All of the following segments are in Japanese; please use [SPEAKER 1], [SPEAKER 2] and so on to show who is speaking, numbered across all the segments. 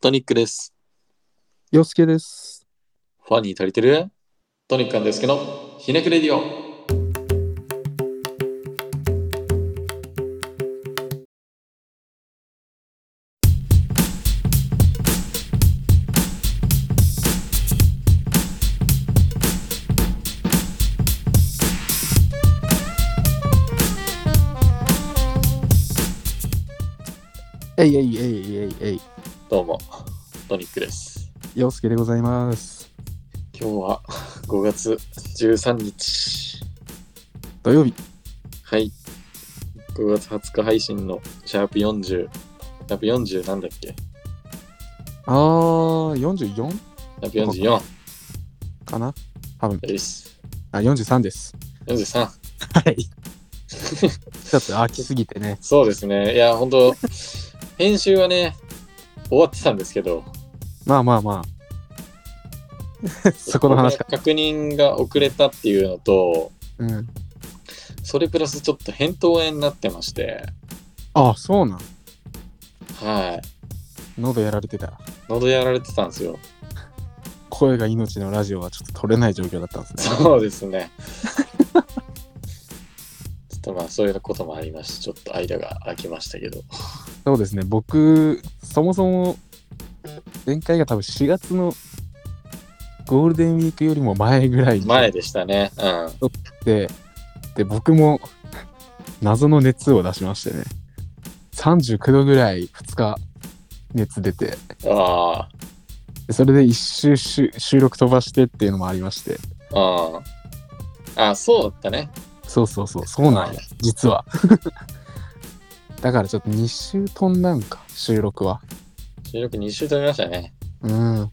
[SPEAKER 1] トニックです。
[SPEAKER 2] 洋介です。
[SPEAKER 1] ファニー足りてるトニックなんですけど、ひねくれディオ。
[SPEAKER 2] えいえいえいえいえい。
[SPEAKER 1] どうも、トニックです。
[SPEAKER 2] 洋介でございます。
[SPEAKER 1] 今日は5月13日。
[SPEAKER 2] 土曜日。
[SPEAKER 1] はい。5月20日配信のシャープ40。シャープ40なんだっけシ
[SPEAKER 2] あー、44?
[SPEAKER 1] ャープ44
[SPEAKER 2] かな多分。
[SPEAKER 1] です。
[SPEAKER 2] あ、43です。
[SPEAKER 1] 43。
[SPEAKER 2] はい。ちょっと飽きすぎてね。
[SPEAKER 1] そうですね。いや、本 当編集はね、終わってたんですけど、
[SPEAKER 2] まあまあまあ。 そこの話か。
[SPEAKER 1] 確認が遅れたっていうのと、
[SPEAKER 2] うん。
[SPEAKER 1] それプラスちょっと扁桃炎になってまして、
[SPEAKER 2] あ、そうなん。
[SPEAKER 1] はい。
[SPEAKER 2] 喉やられてた。
[SPEAKER 1] 喉やられてたんですよ。
[SPEAKER 2] 声が命のラジオはちょっと取れない状況だったんですね。
[SPEAKER 1] そうですね。 ちょっとまあそういうこともありまして、ちょっと間が空きましたけど。
[SPEAKER 2] そうですね。僕、そもそも、前回が多分4月のゴールデンウィークよりも前ぐらいに。
[SPEAKER 1] 前でしたね。うん。
[SPEAKER 2] で、で、僕も 謎の熱を出しましてね、39度ぐらい2日熱出て、
[SPEAKER 1] あ
[SPEAKER 2] でそれで一周収収録飛ばしてっていうのもありまして、
[SPEAKER 1] あ、うん。あそうだったね。
[SPEAKER 2] そうそうそう、そうなんや、実は。 だからちょっと2週飛んだんか、収録は。
[SPEAKER 1] 収録2週飛びましたね。
[SPEAKER 2] うん、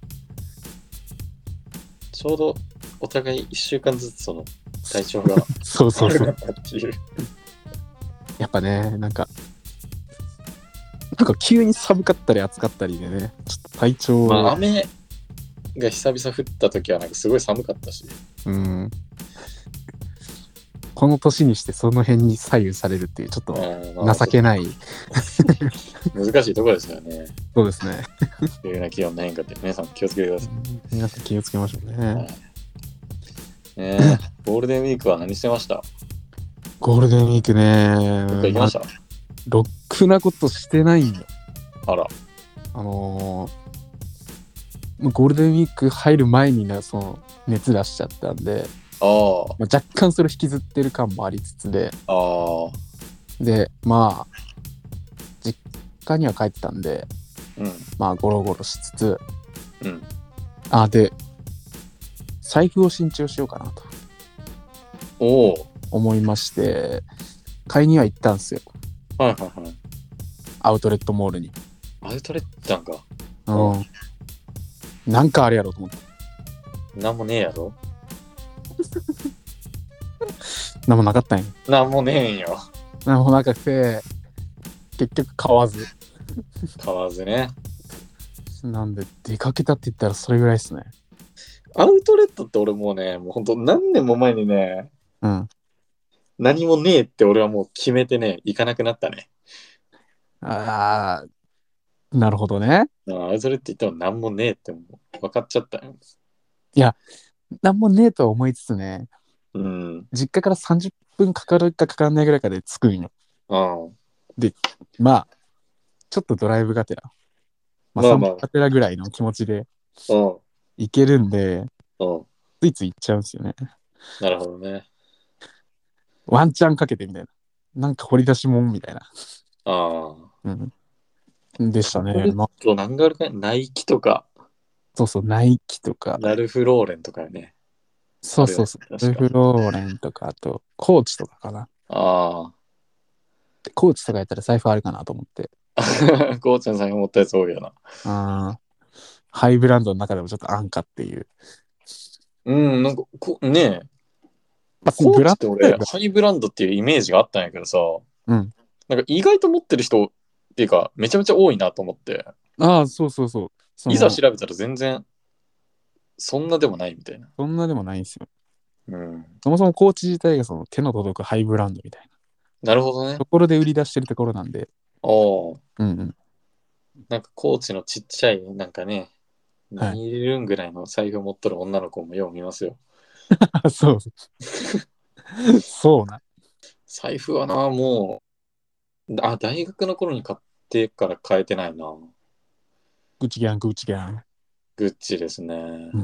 [SPEAKER 1] ちょうどお互い1週間ずつその体調が
[SPEAKER 2] そう そう
[SPEAKER 1] 悪
[SPEAKER 2] そ
[SPEAKER 1] か
[SPEAKER 2] う。
[SPEAKER 1] ったっていう。
[SPEAKER 2] やっぱね、なんか、なんか急に寒かったり暑かったりでね、ちょっと体調
[SPEAKER 1] ま
[SPEAKER 2] が
[SPEAKER 1] あ雨が久々降った時はなんかすごい寒かったし。
[SPEAKER 2] うん。この年にしてその辺に左右されるっていう、ちょっ
[SPEAKER 1] う
[SPEAKER 2] と
[SPEAKER 1] んまあ
[SPEAKER 2] 情けない。
[SPEAKER 1] 難しいところですよね。
[SPEAKER 2] そうですね。
[SPEAKER 1] 急な気温の変化って皆さん気をつけてください。
[SPEAKER 2] 皆さん気をつけましょうね。
[SPEAKER 1] ねえゴールデンウィークは何してました
[SPEAKER 2] ゴールデンウィーク
[SPEAKER 1] どっか
[SPEAKER 2] ね、
[SPEAKER 1] 行きました、
[SPEAKER 2] ロックなことしてないんよ。
[SPEAKER 1] あら。
[SPEAKER 2] あのーゴールデンウィーク入る前にな、その、熱出しちゃったんで、
[SPEAKER 1] あ
[SPEAKER 2] まあ、若干それ引きずってる感もありつつで、
[SPEAKER 1] あ。ああ。
[SPEAKER 2] で、まあ、実家には帰ってたんで、
[SPEAKER 1] うん。
[SPEAKER 2] まあ、ゴロゴロしつつ、
[SPEAKER 1] うん。
[SPEAKER 2] あ、で、財布を新調しようかなと
[SPEAKER 1] おお。
[SPEAKER 2] 思いまして、買いには行ったんですよ。
[SPEAKER 1] はいはいはい。
[SPEAKER 2] アウトレットモールに。
[SPEAKER 1] アウトレットなんか、
[SPEAKER 2] うん。なんかあれやろうと思って。
[SPEAKER 1] なんもねえやろ
[SPEAKER 2] なんもなかったんや。
[SPEAKER 1] なんもねえんよ。
[SPEAKER 2] なんもなくて、結局買わず。
[SPEAKER 1] 買わずね。
[SPEAKER 2] なんで、出かけたって言ったらそれぐらいですね。
[SPEAKER 1] アウトレットって俺もうね、もうほんと何年も前にね、
[SPEAKER 2] うん。
[SPEAKER 1] 何もねえって俺はもう決めてね、行かなくなったね。
[SPEAKER 2] あー、なるほどね。
[SPEAKER 1] うんアウトレット行っても何もねえってもう分かっちゃったよ。
[SPEAKER 2] なんもねえとは思いつつね、
[SPEAKER 1] うん。
[SPEAKER 2] 実家から30分かかるかかからないぐらいかで着くんよ。
[SPEAKER 1] あ
[SPEAKER 2] まあ、ちょっとドライブがてら、まあ、
[SPEAKER 1] まあ
[SPEAKER 2] 散
[SPEAKER 1] まあ
[SPEAKER 2] 歩がてらぐらいの気持ちで
[SPEAKER 1] あ。うん。
[SPEAKER 2] 行けるんで、
[SPEAKER 1] うん。
[SPEAKER 2] ついつい行っちゃうんですよね。
[SPEAKER 1] なるほどね。
[SPEAKER 2] ワンチャンかけてみたいな。なんか掘り出しもんみたいな。
[SPEAKER 1] ああ。
[SPEAKER 2] うん。でしたね。まあ、
[SPEAKER 1] そう、何があるかねナイキとか、
[SPEAKER 2] そうそう、ナイキとか、
[SPEAKER 1] ラルフローレンとかね。
[SPEAKER 2] そうそうそ
[SPEAKER 1] あ
[SPEAKER 2] う、
[SPEAKER 1] れ
[SPEAKER 2] ル
[SPEAKER 1] は
[SPEAKER 2] フローレンとか、あと、コーチとかかな。
[SPEAKER 1] あ
[SPEAKER 2] でコーチとかやったら財布あるかなと思って。
[SPEAKER 1] あ。ゴー ちゃんさんが持ったやつ多いよな。
[SPEAKER 2] あーハイブランドの中でもちょっと安価っていう。
[SPEAKER 1] うん、なんか、こねえ。
[SPEAKER 2] まあ
[SPEAKER 1] コ
[SPEAKER 2] ブ
[SPEAKER 1] ーチ
[SPEAKER 2] ラ
[SPEAKER 1] って俺、ハイブランドっていうイメージがあったんやけどさ、
[SPEAKER 2] うん。
[SPEAKER 1] なんか意外と持ってる人っていうか、めちゃめちゃ多いなと思って、
[SPEAKER 2] ああ、そうそうそう。その
[SPEAKER 1] いざ調べたら全然、そんなでもないみたいな。
[SPEAKER 2] そんなでもないんですよ。
[SPEAKER 1] うん。
[SPEAKER 2] そもそもコーチ自体がその手の届くハイブランドみたいな
[SPEAKER 1] なるほどね
[SPEAKER 2] と。ころで売り出してるところなんで、
[SPEAKER 1] おお。
[SPEAKER 2] うんうん。
[SPEAKER 1] なんかコーチのちっちゃい、なんかね、
[SPEAKER 2] はい
[SPEAKER 1] 何いるんぐらいの財布持っとる女の子もよう見ますよ。
[SPEAKER 2] あ そうそう。そうな。
[SPEAKER 1] 財布はな、もう、あ、大学の頃に買ってから変えてないな。
[SPEAKER 2] グチギャン、グチギャン。
[SPEAKER 1] グッチですね
[SPEAKER 2] う。ん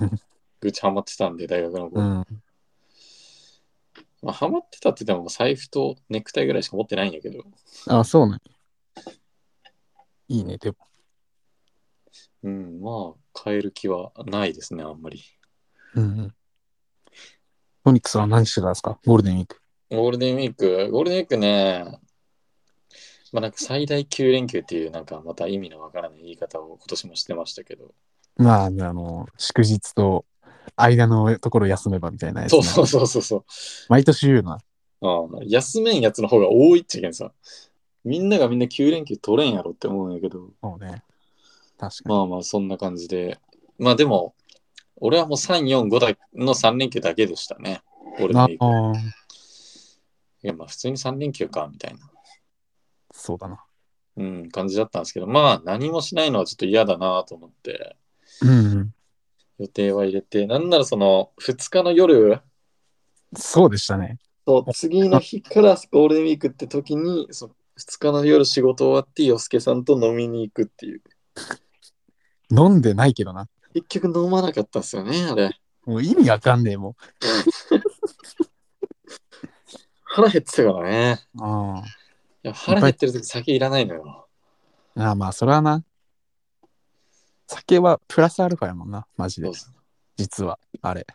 [SPEAKER 1] グッチハマってたんで、大学の
[SPEAKER 2] う
[SPEAKER 1] 頃。
[SPEAKER 2] ん。
[SPEAKER 1] まあ、ハマってたって言っても、財布とネクタイぐらいしか持ってないんやけど。
[SPEAKER 2] あ、そうね。いいね、でも。
[SPEAKER 1] うん、まあ、変える気はないですね、あんまり。
[SPEAKER 2] うんうん。トニックスは何してたんですかゴールデンウィーク。
[SPEAKER 1] ゴールデンウィーク、ゴールデンウィークね、まあなんか最大9連休っていう、なんかまた意味のわからない言い方を今年もしてましたけど。
[SPEAKER 2] まあ、あの、祝日と間のところ休めばみたいなやつ、
[SPEAKER 1] そ
[SPEAKER 2] ね。
[SPEAKER 1] うそうそうそうそう。
[SPEAKER 2] 毎年言うな。
[SPEAKER 1] ああ休めんやつの方が多いっちゃけんさ。みんながみんな9連休取れんやろって思うんやけど。
[SPEAKER 2] そうね。確かに。
[SPEAKER 1] まあまあそんな感じで。まあでも、俺はもう3、4、5だの3連休だけでしたね。ゴールデンウィーク。
[SPEAKER 2] ああ、
[SPEAKER 1] いやまあ普通に3連休か、みたいな、
[SPEAKER 2] そうだな。
[SPEAKER 1] うん、感じだったんですけど、まあ何もしないのはちょっと嫌だなと思って。
[SPEAKER 2] うんうん。
[SPEAKER 1] 予定は入れて、なんならその2日の夜、
[SPEAKER 2] そうでしたね。
[SPEAKER 1] そう次の日からゴールデンウィークって時に、そ2日の夜仕事終わって、洋介さんと飲みに行くっていう。
[SPEAKER 2] 飲んでないけどな。
[SPEAKER 1] 結局飲まなかったんですよね、あれ。
[SPEAKER 2] もう意味わかんねえも
[SPEAKER 1] 腹減ってたからね。
[SPEAKER 2] ん。あ
[SPEAKER 1] いや腹減ってる時酒いらないのよ。
[SPEAKER 2] あああ、まあ、それはな。酒はプラスアルファやもんな、マジ
[SPEAKER 1] そ
[SPEAKER 2] で
[SPEAKER 1] う。そう
[SPEAKER 2] 実は、あれ。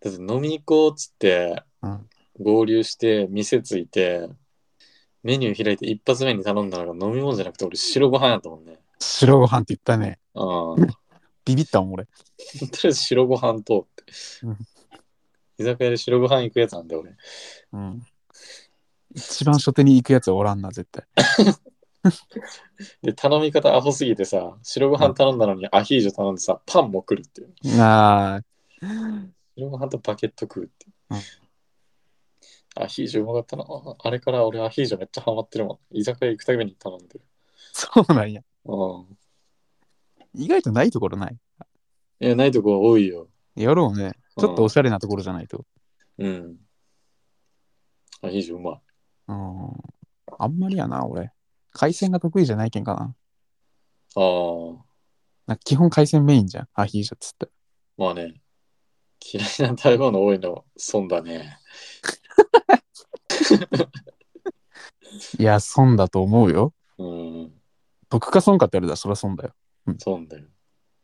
[SPEAKER 1] だって飲みに行こうっつって
[SPEAKER 2] うん、
[SPEAKER 1] 合流して、店着いて、メニュー開いて一発目に頼んだのが飲み物じゃなくて俺白ご飯やったもんね。
[SPEAKER 2] 白ご飯って言ったね。
[SPEAKER 1] うん。
[SPEAKER 2] ビビったもん、俺。
[SPEAKER 1] とりあえず白ご飯とって
[SPEAKER 2] うん。
[SPEAKER 1] 居酒屋で白ご飯行くやつなんだよ、俺。
[SPEAKER 2] うん。一番初手に行くやつはおらんな、絶対。
[SPEAKER 1] で、頼み方アホすぎてさ、白ご飯頼んだのにアヒージョ頼んでさ、パンも来るっていう。
[SPEAKER 2] ああ、
[SPEAKER 1] 白ご飯とバケット食うっていう
[SPEAKER 2] う。
[SPEAKER 1] アヒージョうまかったな。ああれから俺アヒージョめっちゃハマってるもん。居酒屋行くたびに頼んでる。
[SPEAKER 2] そうなんや。
[SPEAKER 1] うん。
[SPEAKER 2] 意外とないところない。
[SPEAKER 1] いや、ないとこ多いよ。
[SPEAKER 2] やろうね。ちょっ
[SPEAKER 1] う
[SPEAKER 2] と
[SPEAKER 1] ん
[SPEAKER 2] おしゃれなところじゃないと。
[SPEAKER 1] うん。アヒージョうまい。
[SPEAKER 2] うん。あんまりやな、俺。海鮮が得意じゃないけんかな。
[SPEAKER 1] ああ、
[SPEAKER 2] なんか基本海鮮メインじゃん。アヒージョっつって。
[SPEAKER 1] まあね。嫌いな食べ物多いの損だね。
[SPEAKER 2] いや、損だと思うよ。
[SPEAKER 1] うん。
[SPEAKER 2] 得か損かって言われたらそりゃ損だよ。
[SPEAKER 1] 損だよ。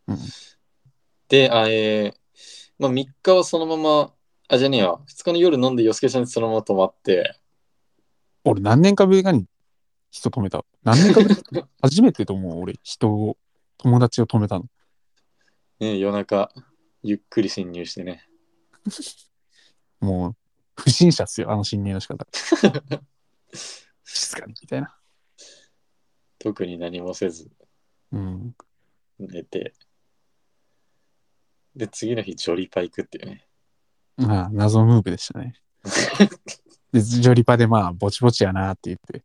[SPEAKER 2] うん
[SPEAKER 1] で、あえーまあ、3日はそのまま、あ、じゃねえわ、2日の夜飲んで、よすけちゃんにそのまま泊まって、
[SPEAKER 2] 俺何年かぶりかに人止めた。何年かぶり初めてと思う、俺。人を、友達を止めたの。
[SPEAKER 1] ね、夜中、ゆっくり侵入してね。
[SPEAKER 2] もう、不審者っすよ、あの侵入の仕方。静かに、みたいな。
[SPEAKER 1] 特に何もせず、
[SPEAKER 2] うん。
[SPEAKER 1] 寝て。で、次の日、ジョリパ行くっていうね。
[SPEAKER 2] まあ、謎ムーブでしたね。で、ジョリパでまあ、ぼちぼちやなって言って、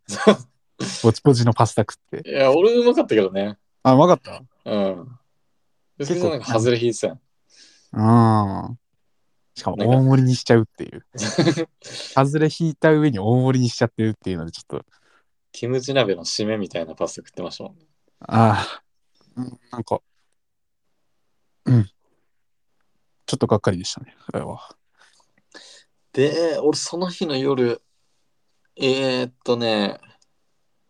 [SPEAKER 2] ぼちぼちのパスタ食って。
[SPEAKER 1] いや、俺うまかったけどね。
[SPEAKER 2] あ、わかった。
[SPEAKER 1] うん。よすけちゃんなんか外れ引いてたやん
[SPEAKER 2] うん。しかも、大盛りにしちゃうっていう。外れ引いた上に大盛りにしちゃってるっていうので、ちょっと、
[SPEAKER 1] キムチ鍋の締めみたいなパスタ食ってましたもん。
[SPEAKER 2] ああ、うんなんか、うん。ちょっとがっかりでしたね、それは。
[SPEAKER 1] で、俺その日の夜、えー、っとね、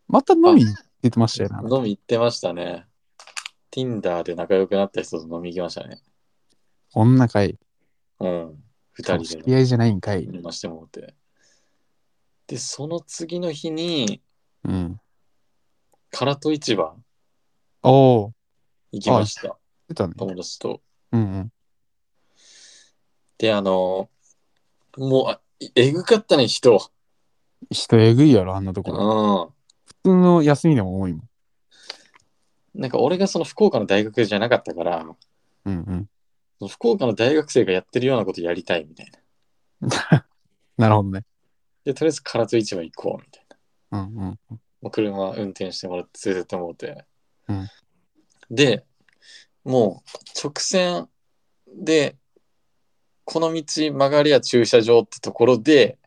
[SPEAKER 2] また飲みに出てましたよね。
[SPEAKER 1] 飲み行ってましたね。Tinder で仲良くなった人と飲み行きましたね。
[SPEAKER 2] 女かい。
[SPEAKER 1] うん。二人
[SPEAKER 2] 知
[SPEAKER 1] で
[SPEAKER 2] り合いじゃないんかい
[SPEAKER 1] 飲。みましてもらって。で、その次の日に、
[SPEAKER 2] うん。
[SPEAKER 1] 唐戸市場
[SPEAKER 2] おお、
[SPEAKER 1] 行きました。
[SPEAKER 2] 出たね。
[SPEAKER 1] 友達と。
[SPEAKER 2] うんうん。
[SPEAKER 1] で、あのーもうあ、えぐかったね、人。
[SPEAKER 2] 人えぐいやろ、あんなと
[SPEAKER 1] う
[SPEAKER 2] ころ。
[SPEAKER 1] ん。
[SPEAKER 2] 普通の休みでも多いもん。
[SPEAKER 1] なんか俺がその福岡の大学じゃなかったから、
[SPEAKER 2] うんうん。
[SPEAKER 1] その福岡の大学生がやってるようなことやりたいみたいな。
[SPEAKER 2] なるほどね。
[SPEAKER 1] で、とりあえず唐戸市場行こうみたいな。
[SPEAKER 2] うんうん。
[SPEAKER 1] もう車運転してもらって連れてってもらって。
[SPEAKER 2] うん
[SPEAKER 1] で、もう直線で、この道曲がりゃ駐車場ってところで、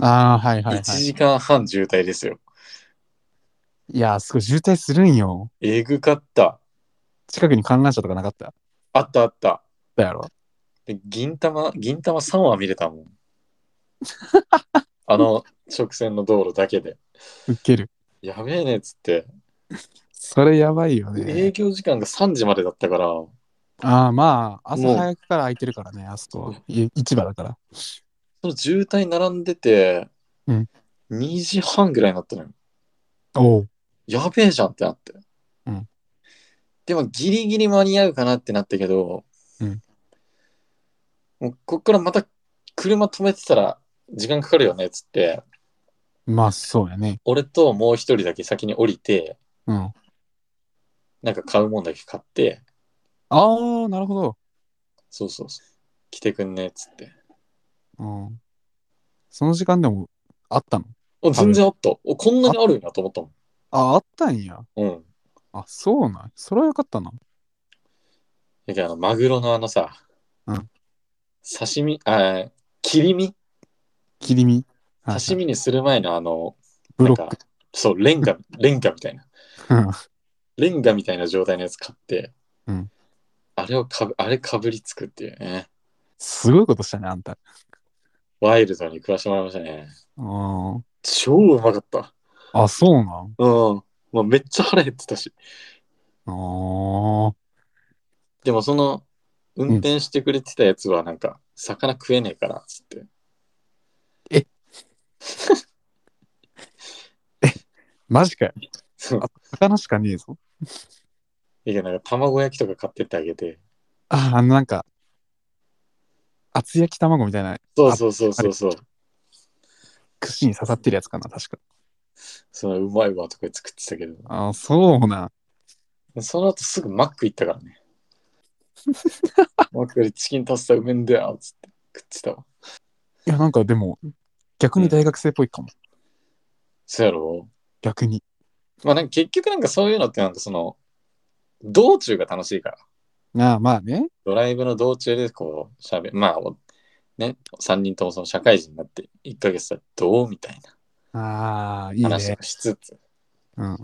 [SPEAKER 2] ああ、はいはい
[SPEAKER 1] 1
[SPEAKER 2] はい。
[SPEAKER 1] 時間半渋滞ですよ。
[SPEAKER 2] いやー、すごい渋滞するんよ。
[SPEAKER 1] えぐかった。
[SPEAKER 2] 近くに観覧車とかなかった
[SPEAKER 1] あったあった。
[SPEAKER 2] だやろ。
[SPEAKER 1] で銀玉、銀玉3話見れ たもん。あの直線の道路だけで。
[SPEAKER 2] ウケる。
[SPEAKER 1] やべえねっつって。
[SPEAKER 2] それやばいよ
[SPEAKER 1] 営
[SPEAKER 2] ね。
[SPEAKER 1] 業時間が3時までだったから、
[SPEAKER 2] ああ、まあ、
[SPEAKER 1] も
[SPEAKER 2] 朝
[SPEAKER 1] う
[SPEAKER 2] 早くから空いてるからね、あそこ。い市場だから。
[SPEAKER 1] その渋滞並んでて、
[SPEAKER 2] うん
[SPEAKER 1] 2時半ぐらいになったのよ。
[SPEAKER 2] おう。
[SPEAKER 1] やべえじゃんってなって。
[SPEAKER 2] うん
[SPEAKER 1] でもギリギリ間に合うかなってなったけど、
[SPEAKER 2] うん
[SPEAKER 1] もうこっからまた車止めてたら時間かかるよねっつって、
[SPEAKER 2] まあ、そうやね。
[SPEAKER 1] 俺ともう一人だけ先に降りて、
[SPEAKER 2] うん。あ
[SPEAKER 1] なんか買うもんだけ買って、
[SPEAKER 2] あ、なるほど。
[SPEAKER 1] そうそうそう。来てくんねっつって。
[SPEAKER 2] うん。その時間でもあったの
[SPEAKER 1] お全然あった。おこんなにあるんやと思ったも
[SPEAKER 2] あ、あったんや。
[SPEAKER 1] ん。うん。
[SPEAKER 2] あ、そうなん。それはよかったな。
[SPEAKER 1] だけどあの、マグロのあのさ、
[SPEAKER 2] うん
[SPEAKER 1] 刺身、あ、切り身
[SPEAKER 2] 切り身。はい
[SPEAKER 1] 刺身にする前のあの、な
[SPEAKER 2] ブロ
[SPEAKER 1] ん
[SPEAKER 2] ッ
[SPEAKER 1] か
[SPEAKER 2] ク。、
[SPEAKER 1] そう、レンガ、 レンガみたいな。
[SPEAKER 2] うん
[SPEAKER 1] レンガみたいな状態のやつ買って、
[SPEAKER 2] うん
[SPEAKER 1] あれをかぶ、あれかぶりつくっていうね。
[SPEAKER 2] すごいことしたね、あんた。
[SPEAKER 1] ワイルドに食わしてもらいましたね。
[SPEAKER 2] うん。
[SPEAKER 1] 超うまかった。
[SPEAKER 2] あ、そうなん。
[SPEAKER 1] うん。まあ、めっちゃ腹減ってたし。
[SPEAKER 2] ああ。
[SPEAKER 1] でもその、運転してくれてたやつはなんか、魚食えねえから、つって。
[SPEAKER 2] マジかよ。
[SPEAKER 1] そう。
[SPEAKER 2] 魚しかねえぞ。
[SPEAKER 1] いや、なんか卵焼きとか買ってってあげて。
[SPEAKER 2] あ、あのなんか、厚焼き卵みたいな
[SPEAKER 1] そうそうそうそうそう。
[SPEAKER 2] 串に刺さってるやつかな、確か。
[SPEAKER 1] そのうまいわとか作ってたけど。
[SPEAKER 2] あ、そうなん。
[SPEAKER 1] その後すぐマック行ったから ね。マックよりチキンタツタうめんだよ、つって食ってたわ。
[SPEAKER 2] いや、なんかでも、逆に大学生っぽいかも。
[SPEAKER 1] そうやろ
[SPEAKER 2] 逆に。
[SPEAKER 1] まあなんか結局なんかそういうのってなんかその、道中が楽しいから。
[SPEAKER 2] ああ、まあね。
[SPEAKER 1] ドライブの道中でこう喋る。まあ、おね、3人ともその社会人になって1ヶ月経ってどうみたい
[SPEAKER 2] ああ、いい
[SPEAKER 1] な話と
[SPEAKER 2] ね。
[SPEAKER 1] かしつつ。
[SPEAKER 2] うんうん。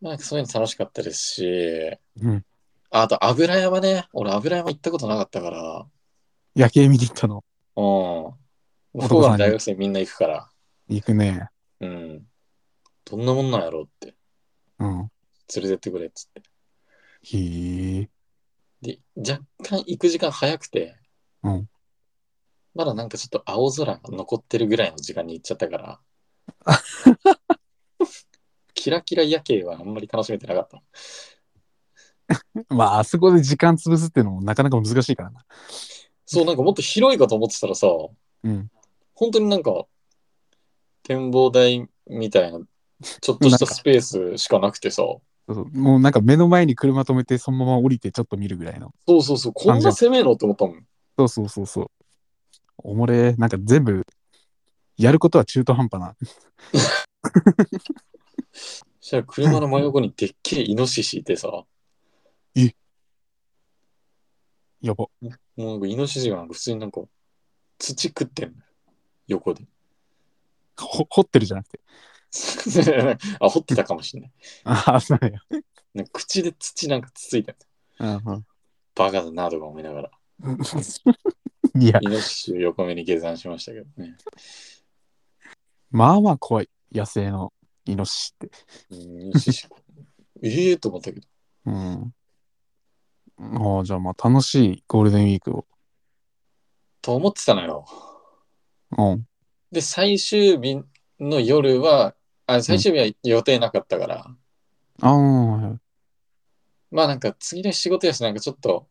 [SPEAKER 1] なんかそういうの楽しかったですし、
[SPEAKER 2] うん。
[SPEAKER 1] あと油山ね。俺油山行ったことなかったから。
[SPEAKER 2] 夜景見に行ったの。
[SPEAKER 1] うん。福岡の大学生みんな行くから。
[SPEAKER 2] 行くね。
[SPEAKER 1] うん。どんなもんなんやろうって。
[SPEAKER 2] うん。
[SPEAKER 1] 連れてってくれっつって。
[SPEAKER 2] へえ。
[SPEAKER 1] で、若干行く時間早くて、
[SPEAKER 2] うん
[SPEAKER 1] まだなんかちょっと青空が残ってるぐらいの時間に行っちゃったから、キラキラ夜景はあんまり楽しめてなかった。
[SPEAKER 2] まあ、あそこで時間潰すっていうのもなかなか難しいからな。
[SPEAKER 1] そう、なんかもっと広いかと思ってたらさ、
[SPEAKER 2] うん。
[SPEAKER 1] 本当になんか展望台みたいな、ちょっとしたスペースしかなくてさ、
[SPEAKER 2] そうそうもうなんか目の前に車止めて、そのまま降りてちょっと見るぐらいの。
[SPEAKER 1] そうそうそう、こんな攻めろって思ったもん。
[SPEAKER 2] そうそうそうそう。おもれ、なんか全部、やることは中途半端な。
[SPEAKER 1] そしたら車の真横にでっけえイノシシいてさ、
[SPEAKER 2] やば。
[SPEAKER 1] もうなんかイノシシがなんか普通になんか土食ってんのよ横で。
[SPEAKER 2] ほ掘ってるじゃなくて。
[SPEAKER 1] あ、掘ってたかもしれない。
[SPEAKER 2] ああ、そうや。
[SPEAKER 1] なんか口で土なんかつついてる。
[SPEAKER 2] うん
[SPEAKER 1] バカだなとか思いながら、
[SPEAKER 2] うん。 いや、
[SPEAKER 1] イノシシを横目に下山しましたけどね。
[SPEAKER 2] まあまあ怖い。野生のイノシシって。
[SPEAKER 1] うんイノシシ。ええと思ったけど。
[SPEAKER 2] うん。ああ、じゃあまあ楽しいゴールデンウィークを。
[SPEAKER 1] と思ってたのよ。
[SPEAKER 2] うん。
[SPEAKER 1] で、最終日の夜は、あ最終日は予定なかったから、
[SPEAKER 2] ああ、
[SPEAKER 1] まあなんか次の日仕事やし、なんかちょっと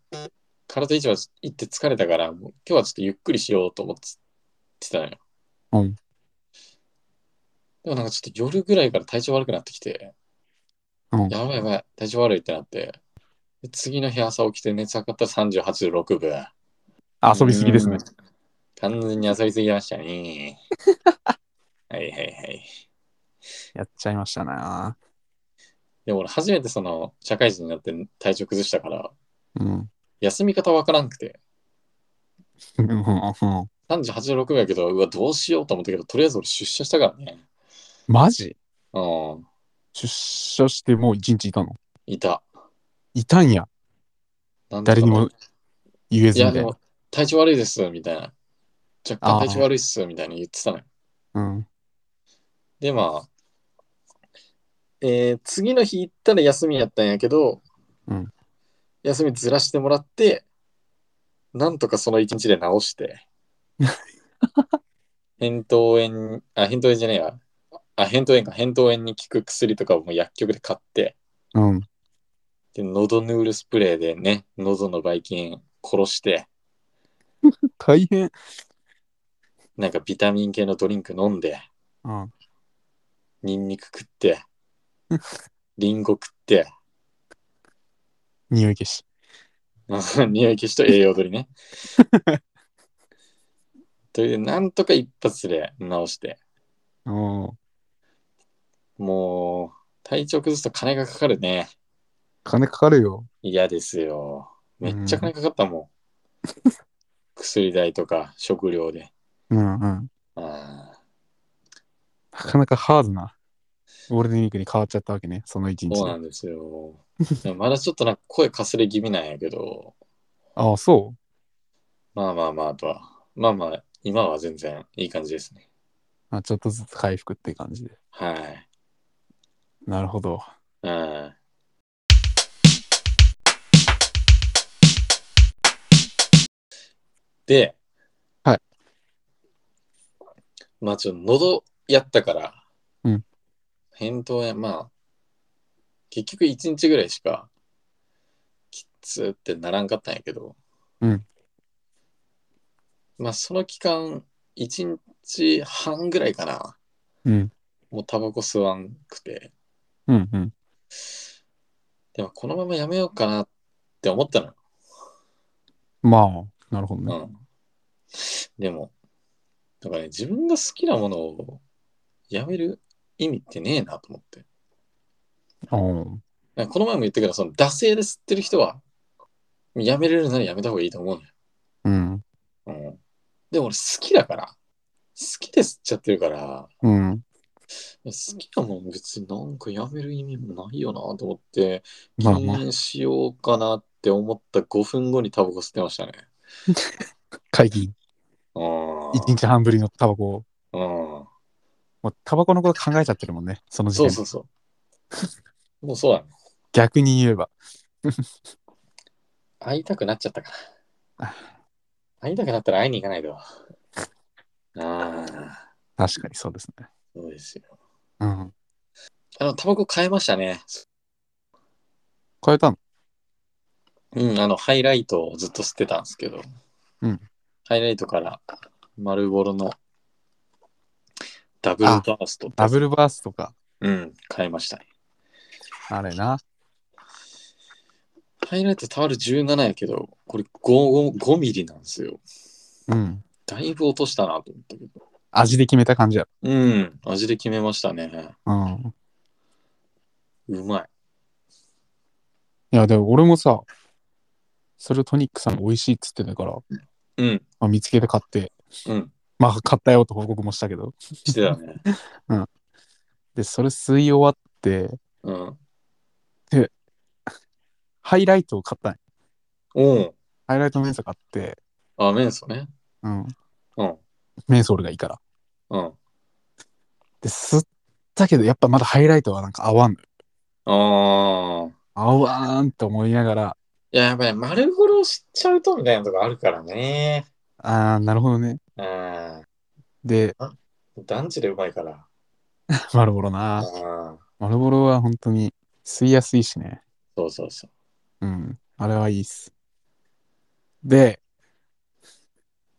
[SPEAKER 1] 体市場行って疲れたから、もう今日はちょっとゆっくりしようと思ってたのよ。
[SPEAKER 2] うん。
[SPEAKER 1] でもなんかちょっと夜ぐらいから体調悪くなってきて、
[SPEAKER 2] うん
[SPEAKER 1] やばいやばい、体調悪いってなって、で次の日朝起きて熱測ったら38度6分。
[SPEAKER 2] 遊びすぎですね。
[SPEAKER 1] うん。完全に遊びすぎましたね。 はいはいはい。
[SPEAKER 2] やっちゃいましたな。
[SPEAKER 1] でも俺初めてその社会人になって体調崩したから
[SPEAKER 2] うん。
[SPEAKER 1] 休み方わからんくて
[SPEAKER 2] うんうん
[SPEAKER 1] 38度6分やけどうわどうしようと思ったけどとりあえず俺出社したからね
[SPEAKER 2] マジ
[SPEAKER 1] うん
[SPEAKER 2] 出社してもう一日いたの
[SPEAKER 1] いた
[SPEAKER 2] いたんや。
[SPEAKER 1] なんでか
[SPEAKER 2] 誰にも言え
[SPEAKER 1] い
[SPEAKER 2] ず
[SPEAKER 1] や
[SPEAKER 2] みた
[SPEAKER 1] で
[SPEAKER 2] いな
[SPEAKER 1] も。体調悪いですみたいな若干体調悪いっすみたいに言ってたのよ
[SPEAKER 2] うん。
[SPEAKER 1] でまあ、えー次の日行ったら休みやったんやけど、
[SPEAKER 2] うん
[SPEAKER 1] 休みずらしてもらってなんとかその一日で治して 扁桃炎あ扁桃炎じゃねえやあ扁桃炎か扁桃炎に効く薬とかをもう薬局で買って
[SPEAKER 2] うん。
[SPEAKER 1] で喉ヌールスプレーでね喉のばい菌殺して
[SPEAKER 2] 大変。
[SPEAKER 1] なんかビタミン系のドリンク飲んで
[SPEAKER 2] うん。
[SPEAKER 1] ニンニク食ってリンゴ食って
[SPEAKER 2] 匂い消し。
[SPEAKER 1] うん匂い消しと栄養取りね。というなんとか一発で直して、
[SPEAKER 2] うん。
[SPEAKER 1] もう体調崩すと金がかかるね。
[SPEAKER 2] 金かかるよ。
[SPEAKER 1] 嫌ですよ。めっちゃ金かかったもん。薬代とか食料で。
[SPEAKER 2] うんうん。な
[SPEAKER 1] あー
[SPEAKER 2] かなかハードな。ゴールデンウィークに変わっちゃったわけね。その一日
[SPEAKER 1] そうな
[SPEAKER 2] で。
[SPEAKER 1] んですよ。でもまだちょっとなんか声かすれ気味なんやけど、
[SPEAKER 2] ああ、そう。
[SPEAKER 1] まあまあまあとは。まあまあ、今は全然いい感じですね。
[SPEAKER 2] あちょっとずつ回復って感じで。
[SPEAKER 1] はい。
[SPEAKER 2] なるほど。
[SPEAKER 1] うん。で、
[SPEAKER 2] はい。
[SPEAKER 1] まあちょっと喉やったから、
[SPEAKER 2] うん。
[SPEAKER 1] 扁桃炎、まあ、結局1日ぐらいしか、きつってならんかったんやけど、
[SPEAKER 2] うん。
[SPEAKER 1] まあその期間、1日半ぐらいかな、
[SPEAKER 2] うん。
[SPEAKER 1] もうタバコ吸わんくて、
[SPEAKER 2] うんうん。
[SPEAKER 1] でもこのままやめようかなって思ったのよ。
[SPEAKER 2] まあ、なるほどね。
[SPEAKER 1] うん。でも、だからね、自分が好きなものをやめる意味ってねえなと思って。
[SPEAKER 2] うん。
[SPEAKER 1] なんかこの前も言ったけど、その惰性で吸ってる人は、やめれるならやめた方がいいと思う
[SPEAKER 2] うん。
[SPEAKER 1] のよ。うん。でも俺好きだから、好きで吸っちゃってるから、
[SPEAKER 2] うん。
[SPEAKER 1] 好きなもん別になんかやめる意味もないよなと思って、
[SPEAKER 2] まあ
[SPEAKER 1] 禁
[SPEAKER 2] まあ、
[SPEAKER 1] 煙しようかなって思った5分後にタバコ吸ってましたね。
[SPEAKER 2] 会議、
[SPEAKER 1] うん。
[SPEAKER 2] 一日半ぶりのタバコを。
[SPEAKER 1] うん。
[SPEAKER 2] もうタバコのこと考えちゃってるもんね。その時
[SPEAKER 1] そう
[SPEAKER 2] 点で
[SPEAKER 1] そうそう。もうそうだね。
[SPEAKER 2] 逆に言えば。
[SPEAKER 1] 会いたくなっちゃった か
[SPEAKER 2] あ
[SPEAKER 1] ら。会いたくなったら会いに行かないと。ああ、
[SPEAKER 2] 確かにそうですね。
[SPEAKER 1] そうですよ。
[SPEAKER 2] うん。
[SPEAKER 1] あの、タバコ変えましたね。
[SPEAKER 2] 変えたの
[SPEAKER 1] うん、あの、ハイライトをずっと吸ってたんですけど。
[SPEAKER 2] うん
[SPEAKER 1] ハイライトから、丸ボロのダブルバーストって
[SPEAKER 2] ダブルバースとか。
[SPEAKER 1] うん、変えましたね。
[SPEAKER 2] あれな。
[SPEAKER 1] ハイライトタワル17やけど、これ 5, 5ミリなんですよ。
[SPEAKER 2] うん。
[SPEAKER 1] だいぶ落としたなと思ったけど。
[SPEAKER 2] 味で決めた感じや
[SPEAKER 1] うん、味で決めましたね。
[SPEAKER 2] ろ。うん。
[SPEAKER 1] うまい。
[SPEAKER 2] いや、でも俺もさ、それをトニックさんが美味しいっつってたから、
[SPEAKER 1] うん。
[SPEAKER 2] まあ、見つけて買って、
[SPEAKER 1] うん。
[SPEAKER 2] まあ買ったよと報告もしたけど。
[SPEAKER 1] してたね。
[SPEAKER 2] で、それ吸い終わって、
[SPEAKER 1] うん。
[SPEAKER 2] ハイライトを買ったんよ
[SPEAKER 1] おう
[SPEAKER 2] ハイライトメンソール買って、
[SPEAKER 1] あ、メンソね。
[SPEAKER 2] うん。
[SPEAKER 1] うん。
[SPEAKER 2] メンソールがいいから。
[SPEAKER 1] うん。
[SPEAKER 2] で、吸ったけど、やっぱまだハイライトはなんか合わんのよ。
[SPEAKER 1] ああ。
[SPEAKER 2] 合わんと思いながら、
[SPEAKER 1] いや、やっぱり丸ごろ知っちゃうとみたいなとこあるからね。
[SPEAKER 2] あー、なるほどね。
[SPEAKER 1] うん。
[SPEAKER 2] で、
[SPEAKER 1] 団地でうまいから。
[SPEAKER 2] 丸ボロ
[SPEAKER 1] あ
[SPEAKER 2] な。
[SPEAKER 1] あ。
[SPEAKER 2] 丸ボロは本当に吸いやすいしね。
[SPEAKER 1] そうそうそう。
[SPEAKER 2] うん。あれはいいっす。で、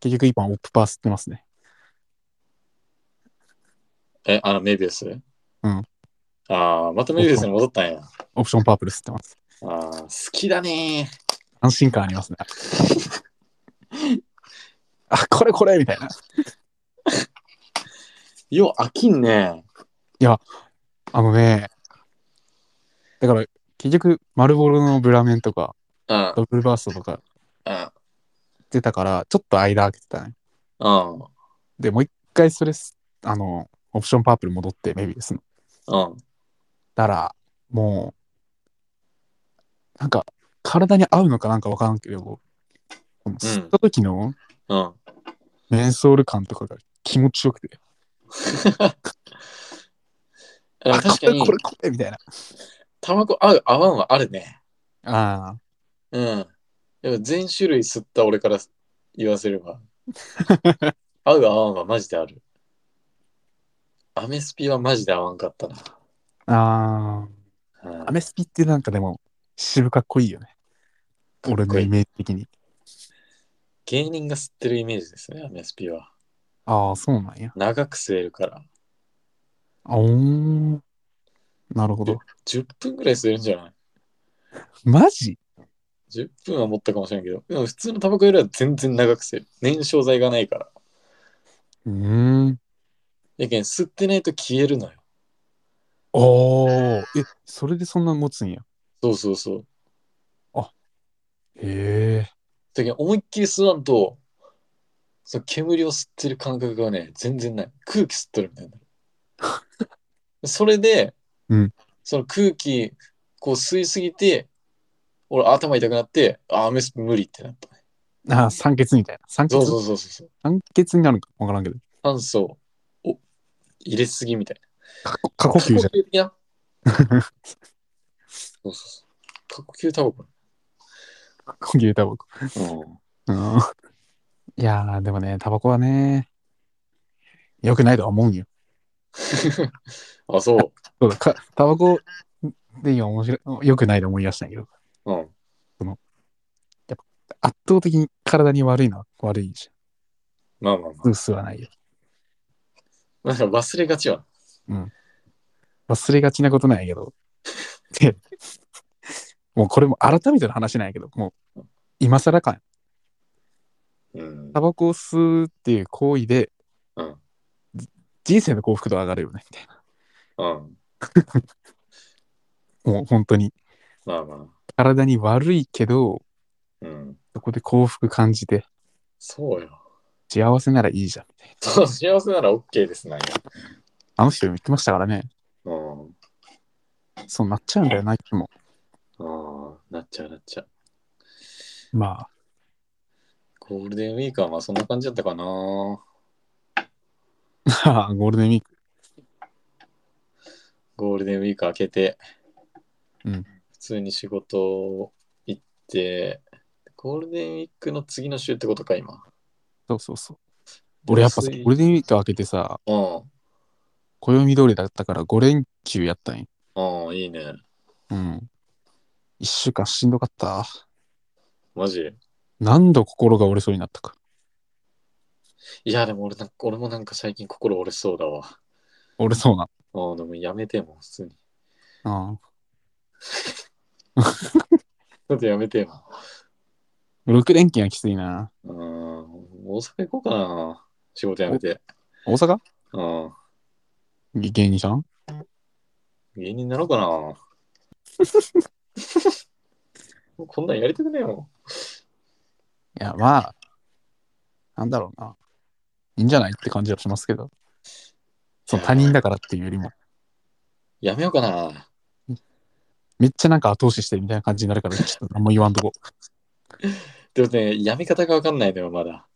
[SPEAKER 2] 結局今オップパー吸ってますね。。
[SPEAKER 1] え、あの、メビウスうんああ、またメビウスに戻ったんや。
[SPEAKER 2] オプションパープル吸ってます。
[SPEAKER 1] ああ、好きだね
[SPEAKER 2] 安心感ありますね。 あ、これこれみたいな。
[SPEAKER 1] よう、飽きんね
[SPEAKER 2] あのね、だから、結局、丸ボロのブラメンとか、
[SPEAKER 1] うん、
[SPEAKER 2] ダブルバーストとか
[SPEAKER 1] うん、
[SPEAKER 2] 出たから、ちょっと間開けてたね。
[SPEAKER 1] うん、
[SPEAKER 2] で、もう一回それす、あの、オプションパープル戻って、メビウスの。
[SPEAKER 1] うん。
[SPEAKER 2] だから、もう、なんか、体に合うのかなんかわからんけど、この吸った時の
[SPEAKER 1] うん、
[SPEAKER 2] メンソール感とかが気持ちよくて、
[SPEAKER 1] でも
[SPEAKER 2] あ、
[SPEAKER 1] 確
[SPEAKER 2] こ
[SPEAKER 1] か
[SPEAKER 2] れ
[SPEAKER 1] に
[SPEAKER 2] こ、れこれみたいな。
[SPEAKER 1] タバコ合う、合わんはあるね。
[SPEAKER 2] ああ、
[SPEAKER 1] うん。でも全種類吸った俺から言わせれ ば。合う合わんはマジである。アメスピはマジで合わんかったな。
[SPEAKER 2] あ
[SPEAKER 1] うん
[SPEAKER 2] あ、アメスピってなんかでも、渋かっこいいよね。俺のイメージ的に。
[SPEAKER 1] 芸人が吸ってるイメージですね、アメスピは。
[SPEAKER 2] ああ、そうなんや。
[SPEAKER 1] 長く吸えるから。
[SPEAKER 2] あおーなるほど。
[SPEAKER 1] 10分ぐらい吸えるんじゃない
[SPEAKER 2] マジ
[SPEAKER 1] ?10 分は持ったかもしれんけど、でも普通のタバコよりは全然長く吸える。燃焼剤がないから。
[SPEAKER 2] うーん。
[SPEAKER 1] やけん、吸ってないと消えるのよ。
[SPEAKER 2] おーえ、それでそんな持つんや。
[SPEAKER 1] そうそうそう。
[SPEAKER 2] へえ。
[SPEAKER 1] だけど思いっきり吸わんと、その煙を吸ってる感覚がね、全然ない。空気吸ってるみたい な。それで、
[SPEAKER 2] うん
[SPEAKER 1] その空気、こう吸いすぎて、俺頭痛くなって、あー、メス無理ってなった、ね。
[SPEAKER 2] ああ、酸欠みたいな。酸欠
[SPEAKER 1] そうそうそうそうそう。
[SPEAKER 2] 酸欠になるのかわからんけど。
[SPEAKER 1] 酸素を入れすぎみたいな。
[SPEAKER 2] 過呼過呼吸じゃん。
[SPEAKER 1] 過的な。 そうそうそう。過呼吸タバコ。
[SPEAKER 2] 過呼吸タバコ。
[SPEAKER 1] うん
[SPEAKER 2] うん。いやー、でもね、タバコはね、良くないとは思うんよ。
[SPEAKER 1] あ、そう。
[SPEAKER 2] そうだ、かタバコで今面白い、良くないと思い出したんやけど、
[SPEAKER 1] うん。
[SPEAKER 2] 圧倒的に体に悪いのは悪いじ
[SPEAKER 1] まあまあま
[SPEAKER 2] ゃん。吸わないよ。
[SPEAKER 1] あ。なんか忘れがちは。
[SPEAKER 2] 忘れがちなことないけど。で、もうこれも改めての話なんやけど、もう今更かん。
[SPEAKER 1] うん
[SPEAKER 2] タ。バコを吸うっていう行為で、
[SPEAKER 1] うん
[SPEAKER 2] 人生の幸福度上がるよね、みたい
[SPEAKER 1] うん。
[SPEAKER 2] な。もう本当に。
[SPEAKER 1] まあま
[SPEAKER 2] 体に悪いけど、
[SPEAKER 1] あ。うん。
[SPEAKER 2] そこで幸福感じて、
[SPEAKER 1] そうよ。
[SPEAKER 2] 幸せならいいじゃん、みたいな。
[SPEAKER 1] そう幸せなら OK ですなんや。
[SPEAKER 2] あの人も言ってましたからね。
[SPEAKER 1] うん。
[SPEAKER 2] そうなっちゃうんだよな、いつも。
[SPEAKER 1] ああ、なっちゃうなっちゃう。
[SPEAKER 2] まあ、
[SPEAKER 1] ゴールデンウィークはまあそんな感じだったかな。
[SPEAKER 2] ゴールデンウィーク。
[SPEAKER 1] ゴールデンウィーク明けて、
[SPEAKER 2] うん
[SPEAKER 1] 普通に仕事行って、ゴールデンウィークの次の週ってことか、今。
[SPEAKER 2] そうそうそう。俺やっぱさ、
[SPEAKER 1] 安い
[SPEAKER 2] ゴールデンウィーク明けてさ、
[SPEAKER 1] うん。
[SPEAKER 2] 暦通りだったから5連休やったんよ。
[SPEAKER 1] うん、いいね。
[SPEAKER 2] うん。1週間しんどかった。
[SPEAKER 1] マジ。
[SPEAKER 2] 何度心が折れそうになったか。
[SPEAKER 1] いや、でも俺なんか俺もなんか最近心折れそうだわ。
[SPEAKER 2] 折れそうな。
[SPEAKER 1] ああ、でもやめてもん、普通に。
[SPEAKER 2] うん。
[SPEAKER 1] ちょっとやめても
[SPEAKER 2] 6連勤はきついな。
[SPEAKER 1] ん。うん、大阪行こうかな。仕事やめて。
[SPEAKER 2] 大阪
[SPEAKER 1] うん。
[SPEAKER 2] 芸人さん
[SPEAKER 1] 芸人になろうかな。もうこんなんやりたくねえよ。
[SPEAKER 2] いや、まあ、なんだろうな。いいんじゃないって感じはしますけど。その他人だからっていうよりも、
[SPEAKER 1] やめようかな。
[SPEAKER 2] めっちゃなんか後押ししてるみたいな感じになるから、ちょっと何も言わんとこ。
[SPEAKER 1] でもね、やめ方がわかんないのよ、まだ。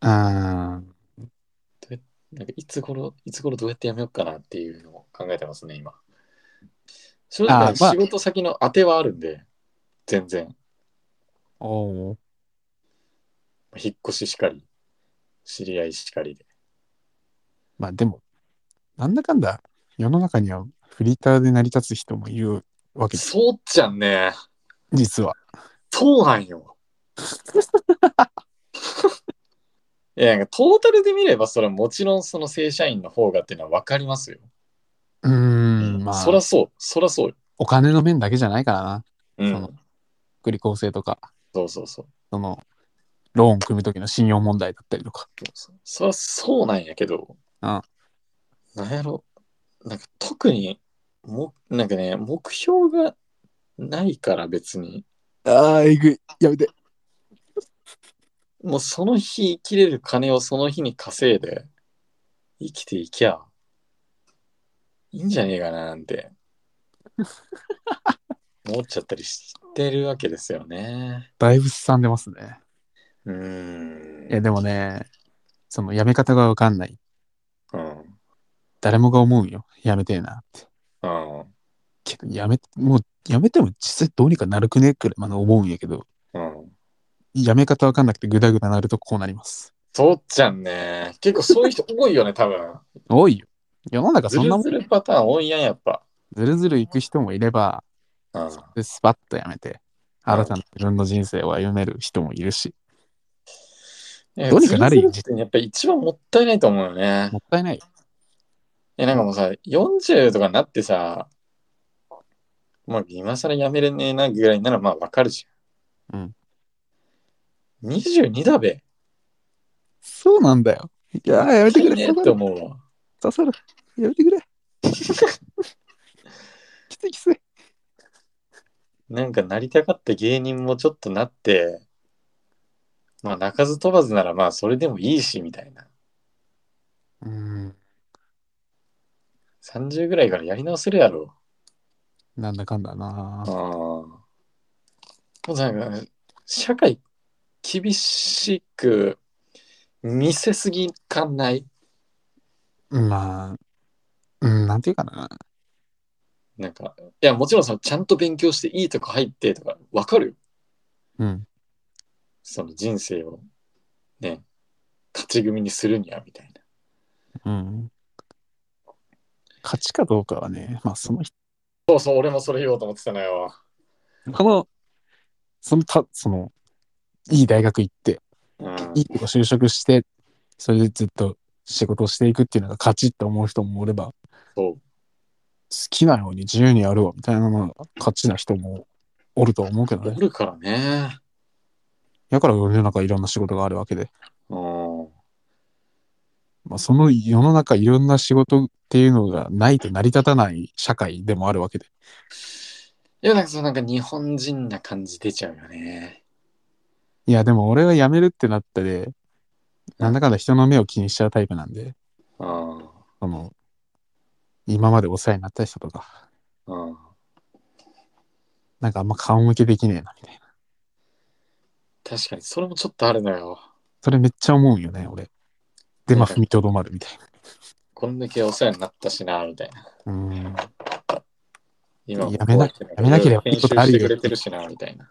[SPEAKER 2] うーん。
[SPEAKER 1] なんかいつ頃、いつ頃どうやってやめようかなっていうのを考えてますね、今。正直、
[SPEAKER 2] あーまあ
[SPEAKER 1] 仕事先の当てはあるんで、全然。
[SPEAKER 2] おー
[SPEAKER 1] 引っ越ししかり、知り合いしかりで。
[SPEAKER 2] まあでも、なんだかんだ、世の中にはフリーターで成り立つ人もいるわけです。
[SPEAKER 1] そうっちゃんね。
[SPEAKER 2] 実は。
[SPEAKER 1] そうなんよ。 いや、なんかトータルで見れば、それはもちろんその正社員の方がっていうのはわかりますよ。
[SPEAKER 2] うーん、ま
[SPEAKER 1] そら
[SPEAKER 2] あ、
[SPEAKER 1] そう、そらそうよ。
[SPEAKER 2] お金の面だけじゃないからな。
[SPEAKER 1] うん
[SPEAKER 2] その福利厚生とか、
[SPEAKER 1] そうそうそう
[SPEAKER 2] その、ローン組む時の信用問題だったりとか。
[SPEAKER 1] そう。そらそうなんやけど、
[SPEAKER 2] うん
[SPEAKER 1] なんやろ、なんか特にも、なんかね、目標がないから別に。
[SPEAKER 2] ああ、えぐい。やめて。
[SPEAKER 1] もうその日生きれる金をその日に稼いで、生きていきゃ、いいんじゃねえかななん て、思っちゃったりしてるわけですよね。
[SPEAKER 2] だいぶすさんでますね。
[SPEAKER 1] うーん。
[SPEAKER 2] いや、でもね、そのやめ方がわかんない。
[SPEAKER 1] うん。
[SPEAKER 2] 誰もが思うよ。やめてえなって。
[SPEAKER 1] うん。
[SPEAKER 2] けど、やめ、もう、やめても実際どうにかなるくねくらい、まだ思うんやけど、
[SPEAKER 1] うん。
[SPEAKER 2] やめ方わかんなくてグダグダなるとこうなります。
[SPEAKER 1] そうちゃんね。結構そういう人多いよね、多分。
[SPEAKER 2] 多いよ。世の中
[SPEAKER 1] ず
[SPEAKER 2] そん
[SPEAKER 1] る
[SPEAKER 2] なもん
[SPEAKER 1] ず。るパターン多いやん、やっぱ。
[SPEAKER 2] ずるずる行く人もいれば、
[SPEAKER 1] うん。
[SPEAKER 2] でスパッとやめて、新たな自分の人生を歩める人もいるし、どうにかなるよ
[SPEAKER 1] ずるってやっぱ一番もったいないと思うよね。
[SPEAKER 2] もったいない。
[SPEAKER 1] え、なんかもうさ、40とかになってさ、まあ今更やめれねえなぐらいならまあわかるじゃん。うん。22だべ。
[SPEAKER 2] そうなんだよ。いやー、やめてくれ。
[SPEAKER 1] ねえって思うわ。
[SPEAKER 2] 刺さる。やめてく れ。きついきつい。
[SPEAKER 1] なんかなりたかった芸人もちょっとなって、まあ鳴かず飛ばずならまあそれでもいいしみたいな。
[SPEAKER 2] うん。
[SPEAKER 1] 30ぐらいからやり直せるやろ。
[SPEAKER 2] なんだかんだな
[SPEAKER 1] ああ。もうなんか、社会厳しく見せすぎかない。
[SPEAKER 2] まあ、うん、なんていうかな。
[SPEAKER 1] なんか、いや、もちろんその、ちゃんと勉強していいとこ入ってとか、わかるよ。
[SPEAKER 2] うん。
[SPEAKER 1] その人生を、ね、勝ち組にするには、みたいな。
[SPEAKER 2] うん。勝ちかどうかはね、まあその人、
[SPEAKER 1] そうそう、俺もそれ言おうと思ってたのよ。
[SPEAKER 2] この、そのた、その、いい大学行って、
[SPEAKER 1] うん。
[SPEAKER 2] いいとこ就職して、それでずっと仕事をしていくっていうのが勝ちって思う人もおれば、
[SPEAKER 1] そう。
[SPEAKER 2] 好きなように自由にやるわみたいなのが勝ちな人もおるとは思うけど
[SPEAKER 1] お
[SPEAKER 2] ね。
[SPEAKER 1] るからね。
[SPEAKER 2] だから世の中いろんな仕事があるわけで、
[SPEAKER 1] うん。
[SPEAKER 2] まあ、その世の中いろんな仕事っていうのがないと成り立たない社会でもあるわけで。
[SPEAKER 1] いや、なんかその、なんか日本人な感じ出ちゃうよね。
[SPEAKER 2] いや、でも俺は辞めるってなったで、なんだかんだ人の目を気にしちゃうタイプなんで、
[SPEAKER 1] うん。うん。
[SPEAKER 2] その、今までお世話になった人とか、なんかあんま顔向けできねえなみたいな。
[SPEAKER 1] 確かに、それもちょっとあるのよ。
[SPEAKER 2] それめっちゃ思うんよね、俺。で、まあ踏みとどまるみたい
[SPEAKER 1] こんだけお世話になったしな、みたいな。
[SPEAKER 2] な。うん。
[SPEAKER 1] 今
[SPEAKER 2] やめなやめなければいい
[SPEAKER 1] 編集
[SPEAKER 2] ことある
[SPEAKER 1] し
[SPEAKER 2] よ
[SPEAKER 1] てくれてるしな、みたいな。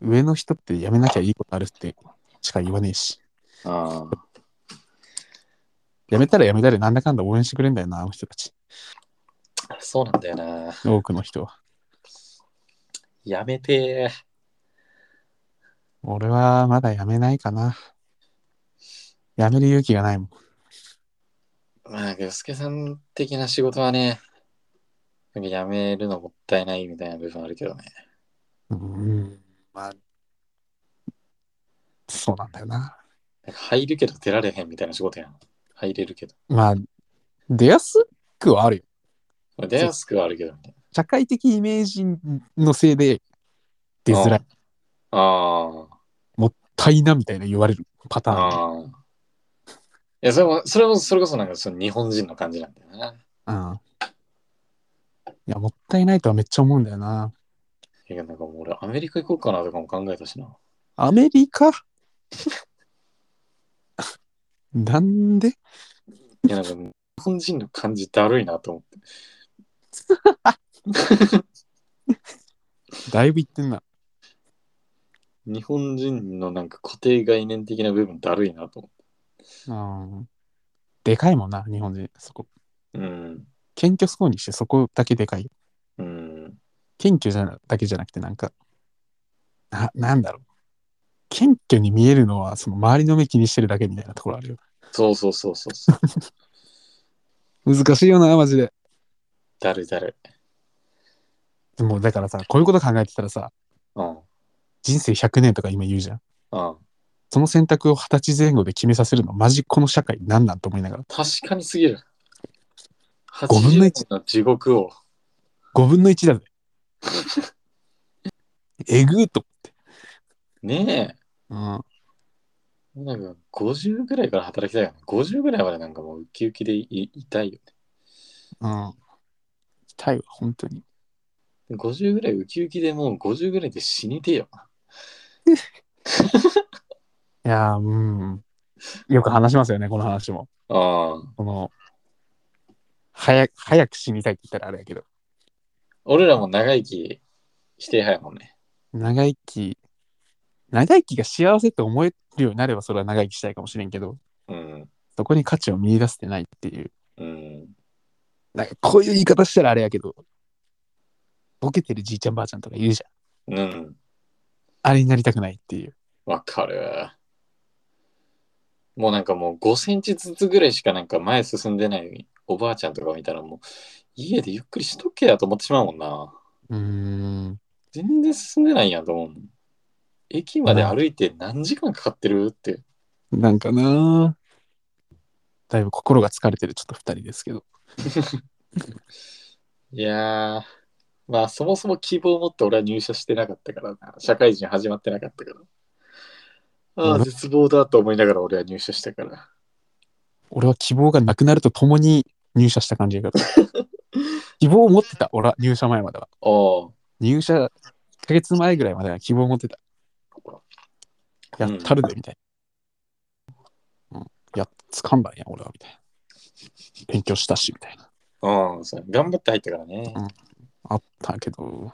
[SPEAKER 2] 上の人って辞めなきゃいいことあるってしか言わねえし。
[SPEAKER 1] ああ。
[SPEAKER 2] 辞めたら辞めたらなんだかんだ応援してくれんだよな、あの人たち。
[SPEAKER 1] そうなんだよな。
[SPEAKER 2] 多くの人は。
[SPEAKER 1] やめて
[SPEAKER 2] 俺はまだ辞めないかな。辞める勇気がないもん。
[SPEAKER 1] ー。まあ、なんか、すけさん的な仕事はね、なんかやめるのもったいないみたいな部分あるけどね。
[SPEAKER 2] うん。まあ、そうなんだよな。
[SPEAKER 1] なんか入るけど出られへんみたいな仕事やん。入れるけど。
[SPEAKER 2] まあ、出やすくはあるよ。
[SPEAKER 1] 出やすくはあるけどね。
[SPEAKER 2] 社会的イメージのせいで出づらい。
[SPEAKER 1] ああ。
[SPEAKER 2] 大なみたいな言われるパターン。
[SPEAKER 1] ああ。いや、それも、それも、それこそなんか、その日本人の感じなんだよな。
[SPEAKER 2] うん。いや、もったいないとはめっちゃ思うんだよな。
[SPEAKER 1] いや、なんかもう俺、アメリカ行こうかなとかも考えたしな。
[SPEAKER 2] アメリカ なんで
[SPEAKER 1] いや、なんか、日本人の感じだるいなと思って。
[SPEAKER 2] だいぶ言ってんな。
[SPEAKER 1] 日本人のなんか固定概念的な部分だるいなと思
[SPEAKER 2] うん。でかいもんな、日本人。そこ。
[SPEAKER 1] って。うん。
[SPEAKER 2] 謙虚そうにして、そこだけでかい。
[SPEAKER 1] うん。
[SPEAKER 2] 謙虚じゃなだけじゃなくて、なんか、な、なんだろう。謙虚に見えるのは、その周りの目気にしてるだけみたいなところあるよ。
[SPEAKER 1] そうそうそうそうそう。
[SPEAKER 2] 難しいよな、マジで。
[SPEAKER 1] だるいだるい。
[SPEAKER 2] もうだからさ、こういうこと考えてたらさ、
[SPEAKER 1] うん。
[SPEAKER 2] 人生100年とか今言うじゃん。
[SPEAKER 1] うん。
[SPEAKER 2] その選択を二十歳前後で決めさせるの、マジこの社会なんなんと思いながら。
[SPEAKER 1] 確かにすぎる。
[SPEAKER 2] 五分
[SPEAKER 1] 80
[SPEAKER 2] の一
[SPEAKER 1] の地獄を
[SPEAKER 2] 5分の1だぜ。えぐーと
[SPEAKER 1] ねえ。
[SPEAKER 2] 思って。
[SPEAKER 1] なんか50ぐらいから働きたいよね。50ぐらいまでなんかもうウキウキでいいたいよ
[SPEAKER 2] うん。うん。痛いわ、本当に。
[SPEAKER 1] ね。50ぐらいウキウキでもう50ぐらいで死にてえよな。
[SPEAKER 2] いやー、うん。よく話しますよね、この話も。
[SPEAKER 1] ああ。
[SPEAKER 2] この、早く、早く死にたいって言ったらあれやけど。
[SPEAKER 1] 俺らも長生きしてはやもんね。
[SPEAKER 2] 長生き、長生きが幸せって思えるようになれば、それは長生きしたいかもしれんけど、
[SPEAKER 1] うん。
[SPEAKER 2] そこに価値を見出せてないっていう。
[SPEAKER 1] うん。
[SPEAKER 2] なんかこういう言い方したらあれやけど、ボケてるじいちゃんばあちゃんとかいるじゃん。
[SPEAKER 1] うん。
[SPEAKER 2] あれになりたくないっていう。
[SPEAKER 1] わかる。もうなんかもう5センチずつぐらいしかなんか前進んでないおばあちゃんとか見たらもう家でゆっくりしとけやと思ってしまうもんな。
[SPEAKER 2] うーん。
[SPEAKER 1] 全然進んでないやんと思うもん。駅まで歩いて何時間かかってるって。
[SPEAKER 2] なんかなだいぶ心が疲れてるちょっと二人ですけど。
[SPEAKER 1] いやー、まあそもそも希望を持って俺は入社してなかったからな。社会人始まってなかったから。ああ、
[SPEAKER 2] うん
[SPEAKER 1] 絶望だと思いながら俺は入社したから。
[SPEAKER 2] 俺は希望がなくなるとともに入社した感じが。 希望を持ってた、俺は入社前までは。
[SPEAKER 1] おう
[SPEAKER 2] 入社1ヶ月前ぐらいまでは希望を持ってた。やったるで、みたいな。うん。やっ、掴んだんや、俺は、みたいな。勉強したし、みたいな。
[SPEAKER 1] うん、そう頑張って入ったからね。
[SPEAKER 2] あったけど、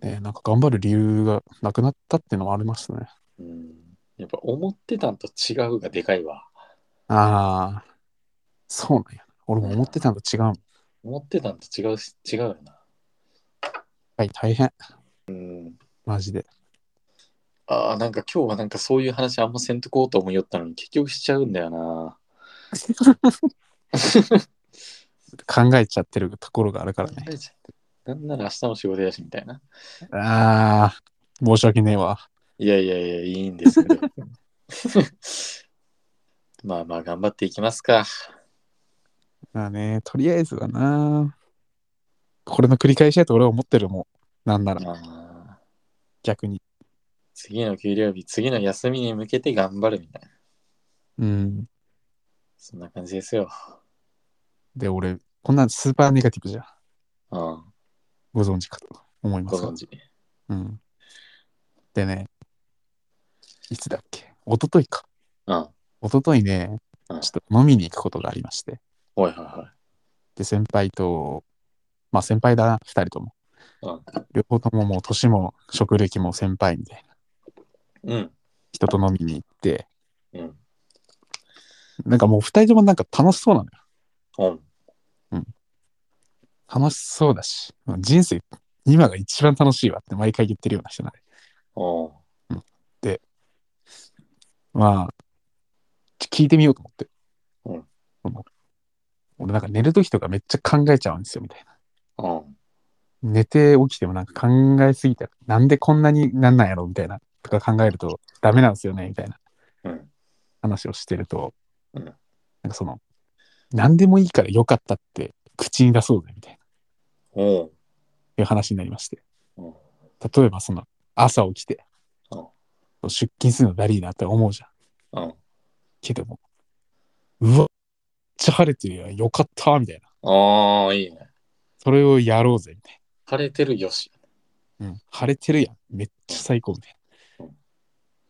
[SPEAKER 2] ね、なんか頑張る理由がなくなったっていうのもありますね。
[SPEAKER 1] うん、やっぱ思ってたんと違うがでかいわ。
[SPEAKER 2] ああ、そうなんや。俺も思ってたのと違うもん。
[SPEAKER 1] 思ってたんと違うし、違うよな。
[SPEAKER 2] はい、大変。
[SPEAKER 1] うん。
[SPEAKER 2] マジで。
[SPEAKER 1] ああ、なんか今日はなんかそういう話あんませんとこうと思いよったのに結局しちゃうんだよな。
[SPEAKER 2] 考えちゃってるところがあるからね。
[SPEAKER 1] なんなら明日も仕事やしみたいな。
[SPEAKER 2] ああ、申し訳ねえわ。
[SPEAKER 1] いやいやいや、いいんですけど。 まあまあ頑張っていきますか。
[SPEAKER 2] まあね、とりあえずだな。これの繰り返しやと俺は思ってるもん。なんなら、
[SPEAKER 1] まあ、
[SPEAKER 2] 逆に。
[SPEAKER 1] 次の給料日、次の休みに向けて頑張るみたいな。
[SPEAKER 2] うん。
[SPEAKER 1] そんな感じですよ。
[SPEAKER 2] で、俺、こんなんスーパーネガティブじゃん。
[SPEAKER 1] うん、
[SPEAKER 2] ご存知かと思いま
[SPEAKER 1] ご
[SPEAKER 2] すが
[SPEAKER 1] 存。知。
[SPEAKER 2] うん。でね、いつだっけ一昨日か。
[SPEAKER 1] うん。
[SPEAKER 2] 一昨日ね、ち
[SPEAKER 1] う
[SPEAKER 2] ょ
[SPEAKER 1] ん
[SPEAKER 2] っと飲みに行くことがありまして。
[SPEAKER 1] はいはいは
[SPEAKER 2] で、先輩と、まあ先輩だな、二人とも。
[SPEAKER 1] うん。
[SPEAKER 2] 両方とももう年も職歴も先輩みたいない
[SPEAKER 1] うん。
[SPEAKER 2] 人と飲みに行って、
[SPEAKER 1] うん。
[SPEAKER 2] なんかもう二人ともなんか楽しそうなのよ。
[SPEAKER 1] うん。
[SPEAKER 2] 楽しそうだし、人生今が一番楽しいわって毎回言ってるような人なん
[SPEAKER 1] う
[SPEAKER 2] で。
[SPEAKER 1] ん。
[SPEAKER 2] まあ、ちょ聞いてみようと思って。
[SPEAKER 1] うん
[SPEAKER 2] その俺なんか寝るときとかめっちゃ考えちゃうんですよ、みたいな。
[SPEAKER 1] うん。
[SPEAKER 2] 寝て起きてもなんか考えすぎたらなんでこんなになんなんやろみたいなとか考えるとダメなんですよねみたいな
[SPEAKER 1] うん。
[SPEAKER 2] 話をしてると、
[SPEAKER 1] うん
[SPEAKER 2] なんかその何でもいいからよかったって口に出そうぜみたいな
[SPEAKER 1] うん。
[SPEAKER 2] いう話になりまして
[SPEAKER 1] うん
[SPEAKER 2] 例えばその朝起きて、
[SPEAKER 1] う
[SPEAKER 2] 出勤するのだりーなって思うじゃん
[SPEAKER 1] うん。
[SPEAKER 2] けどもうわめっちゃ晴れてるやんよかったみたいな
[SPEAKER 1] ああ、いいね。
[SPEAKER 2] それをやろうぜみたいな
[SPEAKER 1] 晴れてるよし。
[SPEAKER 2] うん、晴れてるやん。めっちゃ最高みたいな
[SPEAKER 1] うん。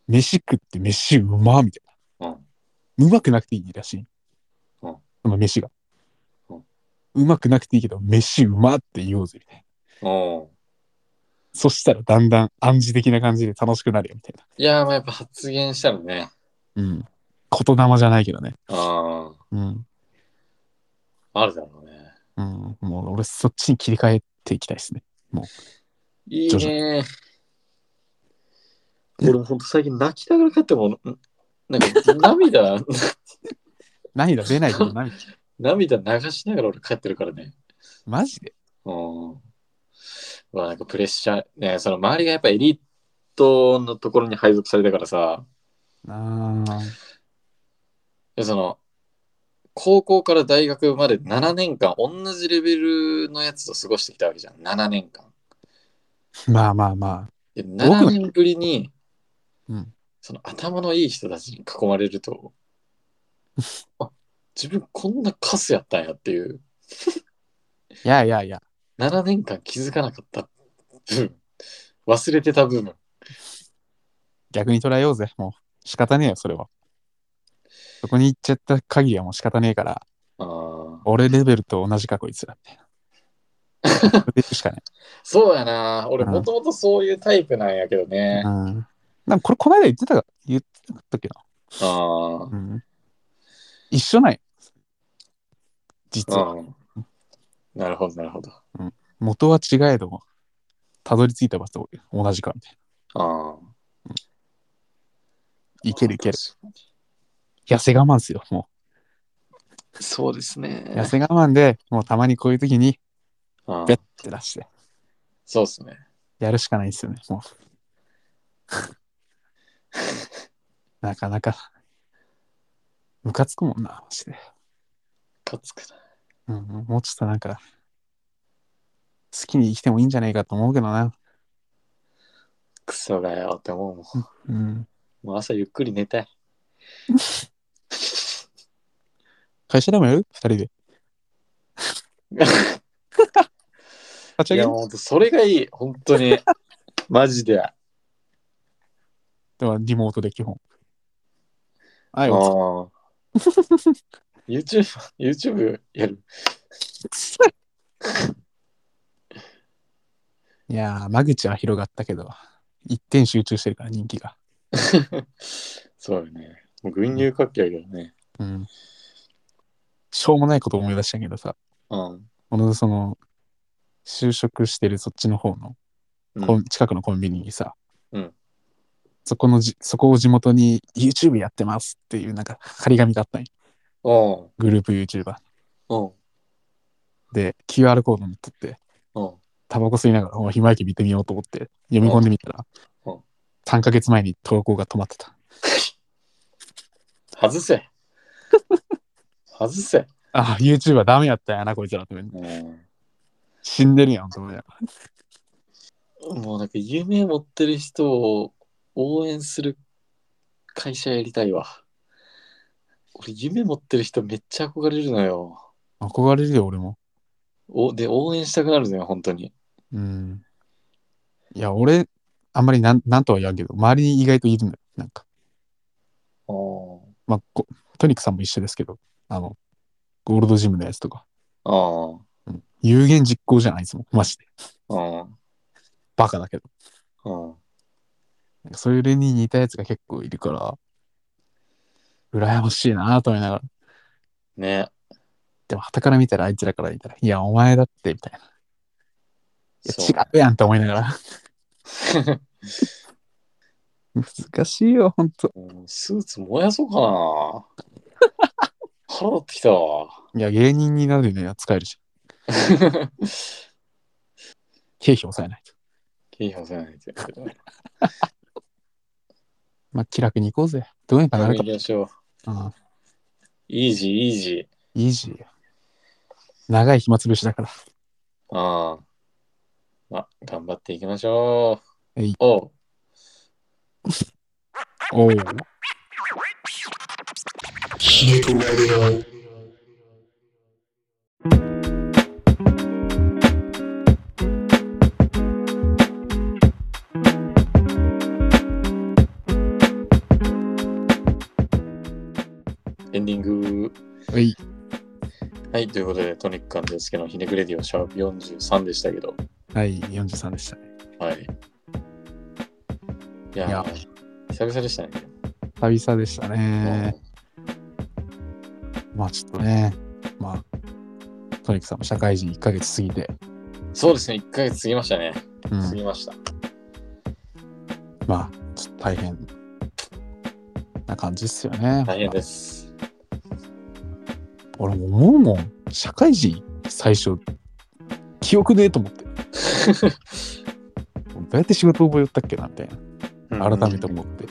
[SPEAKER 2] 飯食って飯うまみたいな。うまくなくていいらしい。
[SPEAKER 1] うん
[SPEAKER 2] その飯が
[SPEAKER 1] うん。
[SPEAKER 2] うまくなくていいけど、飯うまって言おうぜみたいな。
[SPEAKER 1] うん。
[SPEAKER 2] そしたらだんだん暗示的な感じで楽しくなるよみたい
[SPEAKER 1] いやー、まあやっぱ発言したらね。
[SPEAKER 2] な。うん。言霊じゃないけどね。
[SPEAKER 1] あ
[SPEAKER 2] うん。
[SPEAKER 1] あ、あるだろうね。
[SPEAKER 2] うん。もう俺そっちに切り替えていきたいですね。
[SPEAKER 1] いいね俺もほんと最近泣きながら帰っても、んなんか涙、
[SPEAKER 2] 涙出ないけ ど涙。
[SPEAKER 1] 涙流しながら俺帰ってるからね。
[SPEAKER 2] マジで
[SPEAKER 1] うん。まあなんかプレッシャー、ね、その周りがやっぱエリートのところに配属されたからさ、
[SPEAKER 2] なあ。
[SPEAKER 1] でその、高校から大学まで7年間同じレベルのやつと過ごしてきたわけじゃん7年間
[SPEAKER 2] まあまあま
[SPEAKER 1] で
[SPEAKER 2] の
[SPEAKER 1] 7年ぶりに、
[SPEAKER 2] うん
[SPEAKER 1] その頭のいい人たちに囲まれる とあ自分こんなカスやったんやっていう
[SPEAKER 2] あ。いやいやいや。
[SPEAKER 1] 7年間気づかなかった部分忘れてた部分
[SPEAKER 2] 逆に捉えようぜ。もう仕方ねえよ、それは。そこに行っちゃった限りはもう仕方ねえから、
[SPEAKER 1] あー
[SPEAKER 2] 俺レベルと同じかこいつらみたいな。それで行くしかない。
[SPEAKER 1] そうやな俺
[SPEAKER 2] うん
[SPEAKER 1] もともとそういうタイプなんやけど ね、あ
[SPEAKER 2] うん。なんかこれこの間言ってた、言ってたっけ
[SPEAKER 1] あ
[SPEAKER 2] な。うん。一緒ない。実は。
[SPEAKER 1] うんなるほどなるほど
[SPEAKER 2] 元は違えども、たどり着いた場所と同じかみたい
[SPEAKER 1] ああ
[SPEAKER 2] な。いけるいける。痩せ我慢っすよ、もう。
[SPEAKER 1] そうですね
[SPEAKER 2] 痩せ我慢でもうたまにこういう時に
[SPEAKER 1] あ
[SPEAKER 2] ベ
[SPEAKER 1] あ
[SPEAKER 2] ッて出して
[SPEAKER 1] そうですね
[SPEAKER 2] やるしかないですよねも うなかなかムカつくもんなマジで、
[SPEAKER 1] かつくな
[SPEAKER 2] うん、もうちょっとなんか好きに生きてもいいんじゃないかと思うけどな、
[SPEAKER 1] クソがよって思うもん
[SPEAKER 2] うん、
[SPEAKER 1] もう朝ゆっくり寝たい
[SPEAKER 2] 会社でもやる二人で立ち
[SPEAKER 1] い
[SPEAKER 2] 上げ
[SPEAKER 1] や
[SPEAKER 2] る
[SPEAKER 1] ほんとそれがいい本当 にマジであ
[SPEAKER 2] ではリモートで基本はい
[SPEAKER 1] あ
[SPEAKER 2] お
[SPEAKER 1] YouTube, YouTube やる
[SPEAKER 2] 疲れ いやー間口は広がったけど一点集中してるから人気が
[SPEAKER 1] そうよねもう群雄割拠やけどね
[SPEAKER 2] うんしょうもないこと思い出したけどさ
[SPEAKER 1] うん
[SPEAKER 2] このその就職してるそっちの方の
[SPEAKER 1] うん
[SPEAKER 2] コン近くのコンビニにさ、
[SPEAKER 1] うん
[SPEAKER 2] そこのじそこを地元に YouTube やってますっていうなんか張り紙があったんよ
[SPEAKER 1] うん
[SPEAKER 2] グループ YouTuber
[SPEAKER 1] うん
[SPEAKER 2] で QR コードにとって
[SPEAKER 1] うん
[SPEAKER 2] タバコ吸いながらおひまわき見てみようと思って読み込んでみたら、
[SPEAKER 1] うんうん
[SPEAKER 2] 3ヶ月前に投稿が止まってた
[SPEAKER 1] 外 せ外せ、
[SPEAKER 2] ああ YouTuber ダメやったんやなこいつらって
[SPEAKER 1] うん
[SPEAKER 2] 死んでるやんと思いながら
[SPEAKER 1] もうなんか夢持ってる人を応援する会社やりたいわ。俺夢持ってる人めっちゃ憧れるのよ。
[SPEAKER 2] 憧れるよ俺も
[SPEAKER 1] おで、応援したくなるのよ、本当に。
[SPEAKER 2] うん。いや、俺、あんまりなんなんとは言わんけど、周りに意外といるのよ。なんか、まあ、こトニックさんも一緒ですけど、あの、ゴールドジムのやつとか、
[SPEAKER 1] ああ、
[SPEAKER 2] うん有言実行じゃないですもん、マジで。
[SPEAKER 1] あ
[SPEAKER 2] バカだけど。
[SPEAKER 1] あ、うん
[SPEAKER 2] なんかそれに似たやつが結構いるから、羨ましいなと思いながら。
[SPEAKER 1] ね。
[SPEAKER 2] でも、傍から見たら、あいつらから見たら、いや、お前だって、みたいな。いや
[SPEAKER 1] そう
[SPEAKER 2] 違うやんと思いながら。難しいよ、ほんと。
[SPEAKER 1] もうスーツ燃やそうかな。 腹立ってきた わ。
[SPEAKER 2] いや、芸人になるには使えるし、経費抑えないと。
[SPEAKER 1] 経費さないと。
[SPEAKER 2] まあ、気楽に行こうぜ。どうにかな
[SPEAKER 1] 行
[SPEAKER 2] るか
[SPEAKER 1] きましょう。
[SPEAKER 2] ら。うん。
[SPEAKER 1] イージー、イージ
[SPEAKER 2] イージーよ。長い暇つぶしだから。
[SPEAKER 1] ー。ああ。まあ、頑張っていきましょう。
[SPEAKER 2] はい
[SPEAKER 1] おう。
[SPEAKER 2] おお。
[SPEAKER 1] エンディング。
[SPEAKER 2] はい。
[SPEAKER 1] はい、ということで、トニック・カンデスケのひねくれディオシャープ43でしたけど、
[SPEAKER 2] はい、43でしたね。
[SPEAKER 1] はい。いやー
[SPEAKER 2] いや
[SPEAKER 1] 久々でしたね。
[SPEAKER 2] 久々でしたね。まあ、ちょっとね。まあ、トニックさんも社会人1ヶ月過ぎて。
[SPEAKER 1] そうですね、1ヶ月過ぎましたね。
[SPEAKER 2] う
[SPEAKER 1] 過
[SPEAKER 2] ん。
[SPEAKER 1] ぎました。
[SPEAKER 2] まあ、ちょっと大変な感じっすよね。
[SPEAKER 1] 大変です。
[SPEAKER 2] 俺も思うもん。社会人、最初、記憶ねえと思 って。どうやって仕事覚えよったっけなみたいな。改めて思って。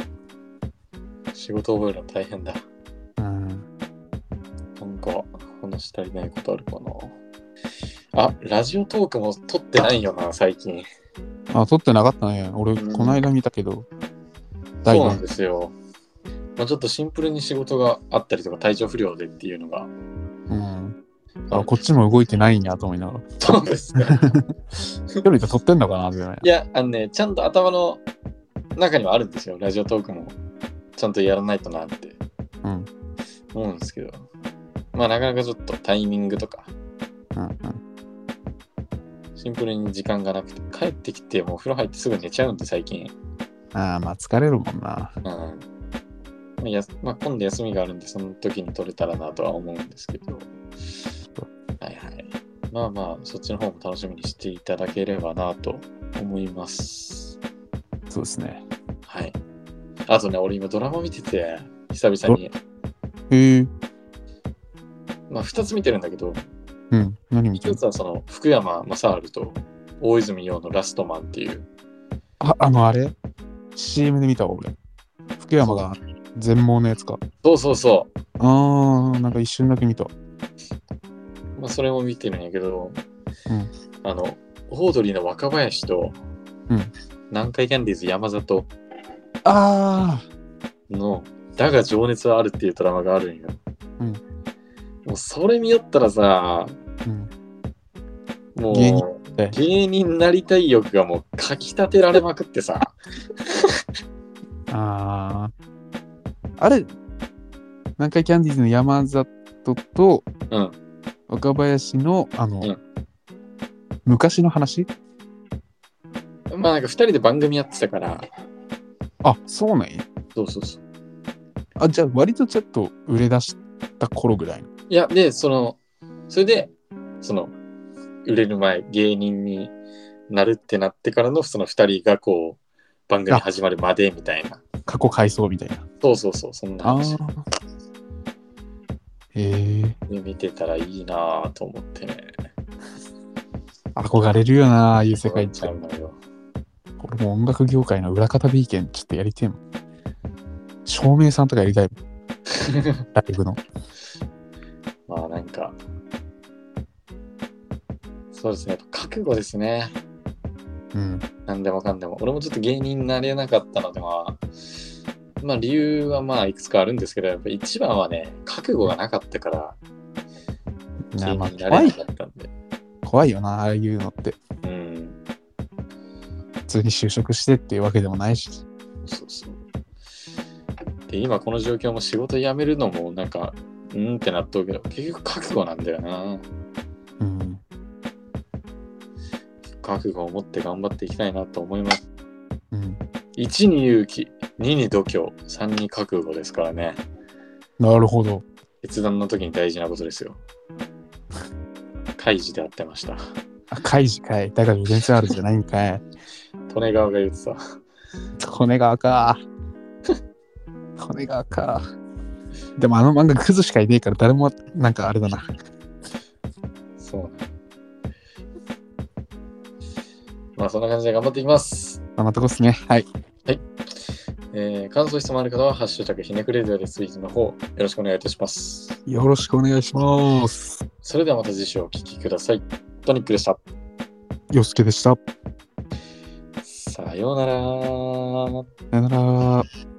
[SPEAKER 1] うん。仕事覚えるの大変だ。
[SPEAKER 2] うん。
[SPEAKER 1] なんか、話足りないことあるかな。あ、ラジオトークも撮ってないよな、最近。
[SPEAKER 2] あ、撮ってなかったね。俺、
[SPEAKER 1] うん
[SPEAKER 2] この間見たけど。第
[SPEAKER 1] そう
[SPEAKER 2] 五
[SPEAKER 1] なんですよ。まあ、ちょっとシンプルに仕事があったりとか、体調不良でっていうのが。
[SPEAKER 2] うん。あ、こっちも動いてないんやと思いながら。
[SPEAKER 1] そうです ね。
[SPEAKER 2] 一人で撮ってんのかなみたいな。
[SPEAKER 1] いや、あのね、ちゃんと頭の中にはあるんですよ。ラジオトークも。ちゃんとやらないとなって
[SPEAKER 2] うん。
[SPEAKER 1] 思うんですけど。まあ、なかなかちょっとタイミングとか、
[SPEAKER 2] うんうん。
[SPEAKER 1] シンプルに時間がなくて、帰ってきて、もうお風呂入ってすぐ寝ちゃうんで、最近。
[SPEAKER 2] ああ、まあ疲れるもんな。
[SPEAKER 1] うん。まあ、やすまあ、今度休みがあるんで、その時に取れたらなとは思うんですけど。はいはい。まあまあ、そっちの方も楽しみにしていただければなと思います。
[SPEAKER 2] そうですね。
[SPEAKER 1] はい。あとね、俺今ドラマ見てて、久々に。
[SPEAKER 2] へえ。
[SPEAKER 1] まあ、2つ見てるんだけど、
[SPEAKER 2] うん。何見て
[SPEAKER 1] 1
[SPEAKER 2] る
[SPEAKER 1] つはその福山雅治と大泉洋のラストマンっていう、
[SPEAKER 2] あ、あのあれ ?CM で見たわ、俺。福山が全盲のやつか。
[SPEAKER 1] そうそうそ
[SPEAKER 2] ああ、なんか一瞬だけ見た。
[SPEAKER 1] う、まあ、それも見てるんやけど、
[SPEAKER 2] うん
[SPEAKER 1] あの、オードリーの若林と、
[SPEAKER 2] うん
[SPEAKER 1] 南海キャンディーズ山里
[SPEAKER 2] あ
[SPEAKER 1] の、だが情熱はあるっていうドラマがあるんよ。
[SPEAKER 2] うん
[SPEAKER 1] もうそれ見よったらさ、
[SPEAKER 2] あ、うん。
[SPEAKER 1] も
[SPEAKER 2] 芸人
[SPEAKER 1] う
[SPEAKER 2] だよ
[SPEAKER 1] 芸人になりたい欲がもうかきたてられまくってさ、
[SPEAKER 2] ああ。あれ南海キャンディーズの山里と
[SPEAKER 1] うん、
[SPEAKER 2] 若林の、あの、
[SPEAKER 1] うん
[SPEAKER 2] 昔の話
[SPEAKER 1] まあなんか2人で番組やってたから、
[SPEAKER 2] あ、そうなんや。
[SPEAKER 1] そうそうそう。
[SPEAKER 2] あ、じゃあ割とちょっと売れ出した頃ぐらいの。
[SPEAKER 1] いや、で、その、それで、その、売れる前、芸人になるってなってからの、その二人がこう、番組始まるまでみたいな。
[SPEAKER 2] 過去回想みたいな。
[SPEAKER 1] そうそうそう、そんな
[SPEAKER 2] ああ
[SPEAKER 1] 話。
[SPEAKER 2] へえ。
[SPEAKER 1] で見てたらいいなぁと思ってね。
[SPEAKER 2] 憧れるよな、ああいう世界っ
[SPEAKER 1] ちゃ
[SPEAKER 2] て
[SPEAKER 1] う。のよ。
[SPEAKER 2] 俺も音楽業界の裏方 B ンちょっとやりてえもん。照明さんとかやりたいもん。 ライブの。
[SPEAKER 1] まあなんか、そうですね、やっぱ覚悟ですね。
[SPEAKER 2] うん。
[SPEAKER 1] なんでもかんでも。俺もちょっと芸人になれなかったので、まあ、まあ理由はまあいくつかあるんですけど、やっぱ一番はね、覚悟がなかったから、
[SPEAKER 2] なあまあ
[SPEAKER 1] 芸人にな
[SPEAKER 2] 怖
[SPEAKER 1] れないかったんで。
[SPEAKER 2] 怖いよな、ああいうのって。
[SPEAKER 1] うん、
[SPEAKER 2] 普通に就職してっていうわけでもないし。
[SPEAKER 1] そうそう。で、今この状況も仕事辞めるのもなんか、うんってなっとうけど、結局覚悟なんだよな。
[SPEAKER 2] うん。
[SPEAKER 1] 覚悟を持って頑張っていきたいなと思います。
[SPEAKER 2] うん。
[SPEAKER 1] 1に勇気、2に度胸、3に覚悟ですからね。
[SPEAKER 2] なるほど。
[SPEAKER 1] 決断の時に大事なことですよ。開示で会ってました。
[SPEAKER 2] あ、開示かい。だから全然あるじゃないんかい。
[SPEAKER 1] 利根川が言ってた。
[SPEAKER 2] 利根川か。 利根川か。でもあの漫画クズしかいねえから誰もなんかあれだな。
[SPEAKER 1] そうなのまあそんな感じで頑張っていきます。
[SPEAKER 2] あまたこっすね。はい。
[SPEAKER 1] えー感想質問ある方は、ハッシュタグひねくれるよでツイートの方、よろしくお願いいたします。
[SPEAKER 2] よろしくお願いします。
[SPEAKER 1] それではまた次週お聞きください。トニックでした。
[SPEAKER 2] よすけでした。さ
[SPEAKER 1] さようなら。
[SPEAKER 2] よなら。